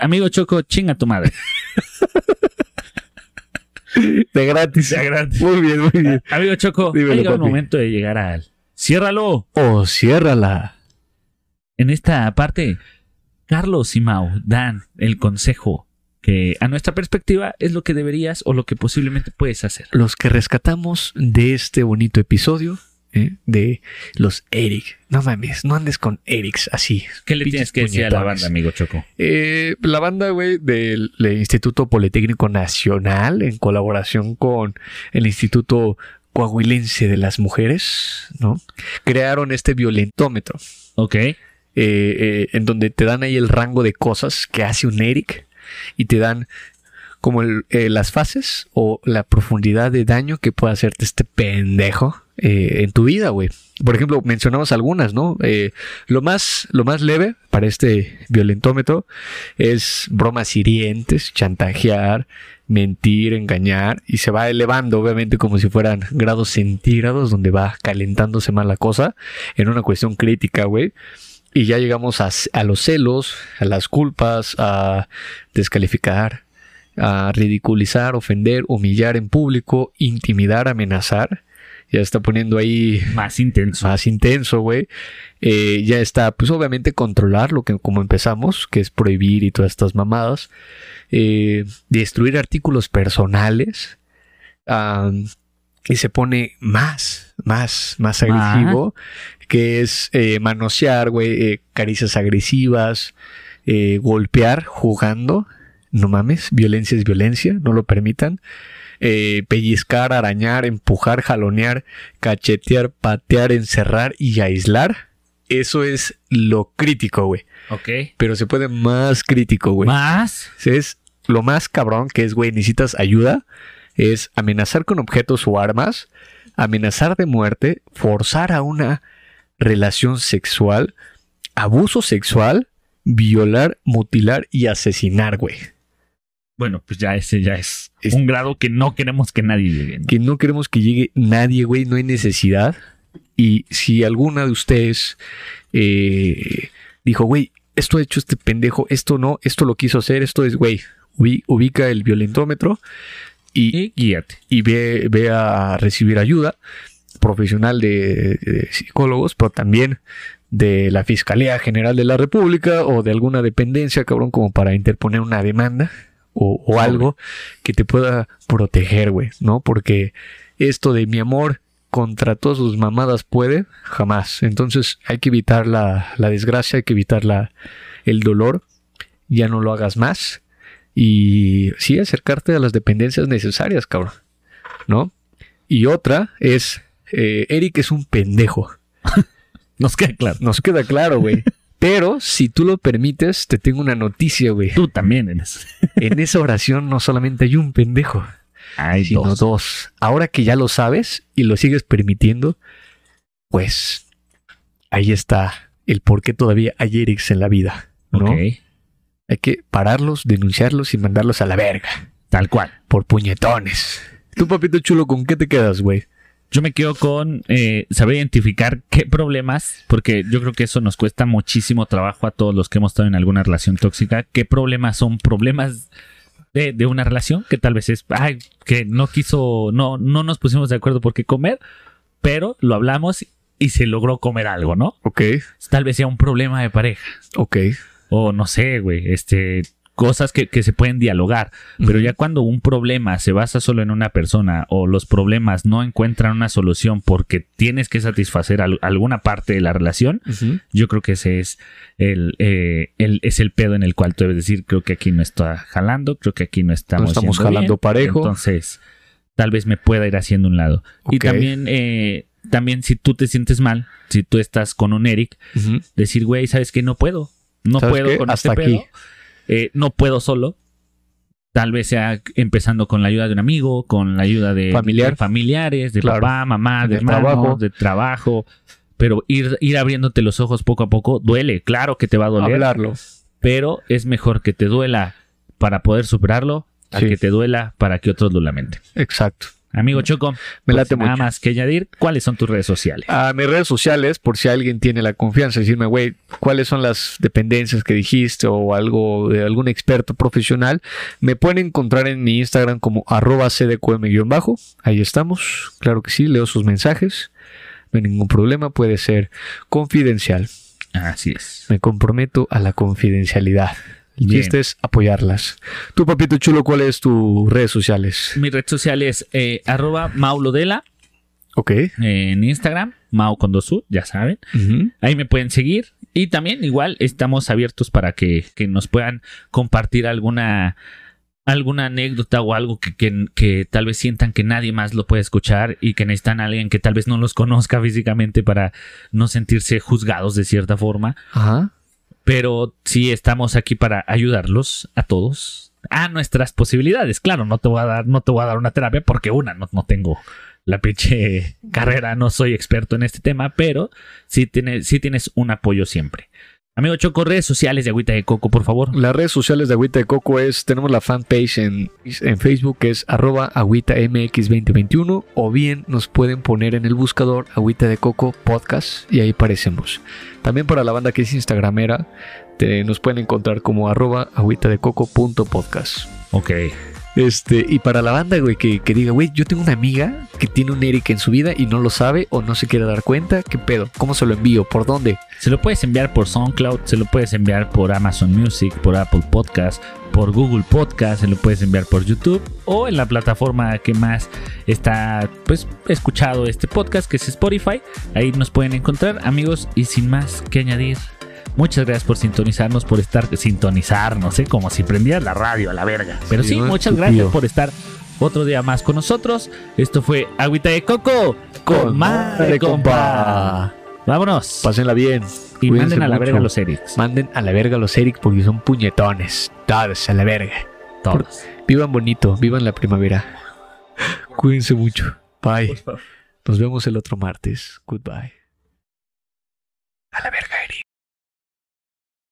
[SPEAKER 1] Amigo Choco, chinga tu madre.
[SPEAKER 2] De gratis.
[SPEAKER 1] Sea gratis.
[SPEAKER 2] Muy bien, muy bien.
[SPEAKER 1] Amigo Choco,
[SPEAKER 2] Dímelo,
[SPEAKER 1] ha llegado el
[SPEAKER 2] papi.
[SPEAKER 1] momento de llegar al... ¡Ciérralo!
[SPEAKER 2] O Oh, ciérrala.
[SPEAKER 1] En esta parte, Carlos y Mau dan el consejo que a nuestra perspectiva es lo que deberías o lo que posiblemente puedes hacer.
[SPEAKER 2] los que rescatamos de este bonito episodio ¿eh? de los Eric. No mames, no andes con Erics así.
[SPEAKER 1] ¿Qué le
[SPEAKER 2] Pinches
[SPEAKER 1] tienes que decir a la
[SPEAKER 2] puñetones.
[SPEAKER 1] banda, amigo Choco?
[SPEAKER 2] Eh, la banda, güey, del del Instituto Politécnico Nacional, en colaboración con el Instituto Coahuilense de las Mujeres, ¿no? Crearon este violentómetro,
[SPEAKER 1] Ok.
[SPEAKER 2] eh, eh, en donde te dan ahí el rango de cosas que hace un Eric y te dan como el- eh, las fases o la profundidad de daño que puede hacerte este pendejo eh, en tu vida, güey. Por ejemplo, mencionamos algunas, ¿no? Eh, lo, más, lo más leve para este violentómetro es bromas hirientes, chantajear, mentir, engañar, y se va elevando, obviamente, como si fueran grados centígrados, donde va calentándose más la cosa, en una cuestión crítica, güey. Y ya llegamos a, a los celos, a las culpas, a descalificar, a ridiculizar, ofender, humillar en público, intimidar, amenazar. Ya está poniendo ahí
[SPEAKER 1] Más intenso.
[SPEAKER 2] más intenso, güey. Eh, ya está, pues obviamente controlar lo que como empezamos, que es prohibir y todas estas mamadas. Eh, destruir artículos personales. Ah, y se pone más, más, más agresivo, que es eh, manosear, güey, eh, caricias agresivas, eh, golpear jugando. No mames, violencia es violencia, no lo permitan. Eh, pellizcar, arañar, empujar, jalonear, cachetear, patear, encerrar y aislar. Eso es lo crítico, güey.
[SPEAKER 1] Ok.
[SPEAKER 2] Pero se puede más crítico,
[SPEAKER 1] pues.
[SPEAKER 2] güey.
[SPEAKER 1] Más.
[SPEAKER 2] Sí, Es lo más cabrón que es, güey, necesitas ayuda, es amenazar con objetos o armas, amenazar de muerte, forzar a una relación sexual, abuso sexual, violar, mutilar y asesinar, güey.
[SPEAKER 1] Bueno, pues ya ese ya es, es un grado que no queremos que nadie llegue. ¿no?
[SPEAKER 2] Que no queremos que llegue nadie, güey, no hay necesidad. Y si alguna de ustedes eh, dijo, güey, esto ha hecho este pendejo, esto no, esto lo quiso hacer, esto es, güey, ubi- ubica el violentómetro y,
[SPEAKER 1] Y guíate.
[SPEAKER 2] y ve, ve a recibir ayuda profesional de, de psicólogos, pero también de la Fiscalía General de la República o de alguna dependencia, cabrón, como para interponer una demanda o, o algo que te pueda proteger, güey, ¿no? Porque esto de mi amor contra todas sus mamadas puede, jamás. Entonces hay que evitar la, la desgracia, hay que evitar la, el dolor, ya no lo hagas más y sí acercarte a las dependencias necesarias, cabrón, ¿no? Y otra es, eh, Eric es un pendejo.
[SPEAKER 1] Nos queda claro.
[SPEAKER 2] Nos queda claro, güey. Pero si tú lo permites, te tengo una noticia, güey.
[SPEAKER 1] Tú también eres.
[SPEAKER 2] En esa oración no solamente hay un pendejo,
[SPEAKER 1] Ay,
[SPEAKER 2] sino dos. Ahora que ya lo sabes y lo sigues permitiendo, pues ahí está el por qué todavía hay Erics en la vida, ¿no?
[SPEAKER 1] Ok.
[SPEAKER 2] Hay que pararlos, denunciarlos y mandarlos a la verga
[SPEAKER 1] Tal cual.
[SPEAKER 2] por puñetones. Tú, papito chulo, ¿con qué te quedas, güey?
[SPEAKER 1] Yo me quedo con eh, saber identificar qué problemas, porque yo creo que eso nos cuesta muchísimo trabajo a todos los que hemos estado en alguna relación tóxica. ¿Qué problemas son problemas de, de una relación? Que tal vez es, ay, que no quiso, no, no nos pusimos de acuerdo por qué comer, pero lo hablamos y se logró comer algo, ¿no?
[SPEAKER 2] Ok,
[SPEAKER 1] Tal vez sea un problema de pareja.
[SPEAKER 2] ok.
[SPEAKER 1] O no sé, güey, este, cosas que, que se pueden dialogar. Pero ya cuando un problema se basa solo en una persona o los problemas no encuentran una solución porque tienes que satisfacer al- alguna parte de la relación,
[SPEAKER 2] Ujú.
[SPEAKER 1] yo creo que ese es el, eh, el- es el pedo en el cual tú debes decir, creo que aquí no está jalando, creo que aquí no estamos,
[SPEAKER 2] No estamos
[SPEAKER 1] yendo bien,
[SPEAKER 2] jalando parejo.
[SPEAKER 1] Entonces, tal vez me pueda ir haciendo un lado. Y
[SPEAKER 2] Ok.
[SPEAKER 1] también, eh, también si tú te sientes mal, si tú estás con un Eric,
[SPEAKER 2] Ujú.
[SPEAKER 1] decir, güey, ¿sabes qué? No puedo. No
[SPEAKER 2] ¿Sabes
[SPEAKER 1] puedo
[SPEAKER 2] qué?
[SPEAKER 1] con
[SPEAKER 2] Hasta
[SPEAKER 1] este
[SPEAKER 2] aquí.
[SPEAKER 1] pedo. Eh, no puedo solo. Tal vez sea empezando con la ayuda de un amigo, con la ayuda de,
[SPEAKER 2] Familiar.
[SPEAKER 1] de familiares, de
[SPEAKER 2] Claro.
[SPEAKER 1] papá, mamá, de,
[SPEAKER 2] De
[SPEAKER 1] trabajo,
[SPEAKER 2] trabajo.
[SPEAKER 1] de trabajo. Pero ir, ir abriéndote los ojos poco a poco duele, claro que te va a doler,
[SPEAKER 2] Hablarlo.
[SPEAKER 1] pero es mejor que te duela para poder superarlo a
[SPEAKER 2] Sí.
[SPEAKER 1] que te duela para que otros lo lamenten.
[SPEAKER 2] Exacto.
[SPEAKER 1] Amigo Choco,
[SPEAKER 2] Me
[SPEAKER 1] pues,
[SPEAKER 2] late
[SPEAKER 1] nada
[SPEAKER 2] mucho.
[SPEAKER 1] más que añadir, ¿cuáles son tus redes sociales?
[SPEAKER 2] a mis redes sociales por si alguien tiene la confianza de decirme, güey, cuáles son las dependencias que dijiste o algo de algún experto profesional, me pueden encontrar en mi Instagram como arroba cdqm-bajo. Ahí estamos, claro que sí, leo sus mensajes, no hay ningún problema, puede ser confidencial.
[SPEAKER 1] Así es.
[SPEAKER 2] Me comprometo a la confidencialidad. El
[SPEAKER 1] Bien.
[SPEAKER 2] chiste es apoyarlas. Tú, papito chulo, ¿cuáles son tus redes sociales?
[SPEAKER 1] Mi red social es eh, arroba maulodela.
[SPEAKER 2] Ok.
[SPEAKER 1] en Instagram, Mao con dos U, ya saben.
[SPEAKER 2] Ujú.
[SPEAKER 1] Ahí me pueden seguir. Y también igual estamos abiertos para que, que nos puedan compartir alguna, alguna anécdota o algo que, que- que tal vez sientan que nadie más lo puede escuchar y que necesitan a alguien que tal vez no los conozca físicamente para no sentirse juzgados de cierta forma.
[SPEAKER 2] Ajá.
[SPEAKER 1] Pero sí estamos aquí para ayudarlos a todos a nuestras posibilidades. Claro, no te voy a dar, no te voy a dar una terapia porque una, no, no tengo la pinche carrera, no soy experto en este tema, pero sí tienes, sí tienes un apoyo siempre. Amigo Choco, redes sociales de Agüita de Coco, por favor.
[SPEAKER 2] Las redes sociales de Agüita de Coco es, tenemos la fanpage en, en Facebook que es arroba agüita mx 2021 o bien nos pueden poner en el buscador Agüita de Coco Podcast y ahí aparecemos. También para la banda que es instagramera, te- nos pueden encontrar como arroba agüita de coco punto podcast.
[SPEAKER 1] Ok.
[SPEAKER 2] Este, y para la banda, güey, que, que diga, güey, yo tengo una amiga que tiene un Eric en su vida y no lo sabe o no se quiere dar cuenta, ¿qué pedo? ¿Cómo se lo envío? ¿Por dónde?
[SPEAKER 1] Se lo puedes enviar por SoundCloud, se lo puedes enviar por Amazon Music, por Apple Podcast, por Google Podcast, se lo puedes enviar por YouTube o en la plataforma que más está pues escuchado este podcast que es Spotify. Ahí nos pueden encontrar, amigos, y sin más que añadir. Muchas gracias por sintonizarnos, por estar sintonizarnos, ¿eh? como si prendieras la radio a la verga. Pero
[SPEAKER 2] Sí,
[SPEAKER 1] sí,
[SPEAKER 2] ¿no?
[SPEAKER 1] muchas
[SPEAKER 2] Estúpido.
[SPEAKER 1] gracias por estar otro día más con nosotros. Esto fue Agüita de Coco con Madre Compa. Vámonos.
[SPEAKER 2] Pásenla bien.
[SPEAKER 1] Y
[SPEAKER 2] Cuídense
[SPEAKER 1] manden a la
[SPEAKER 2] mucho.
[SPEAKER 1] verga los Erics.
[SPEAKER 2] Manden a la verga a los Eric porque son puñetones. Todos a la verga.
[SPEAKER 1] Todos.
[SPEAKER 2] Vivan bonito, vivan la primavera. Cuídense mucho. Bye. Nos vemos el otro martes. Goodbye. A la verga.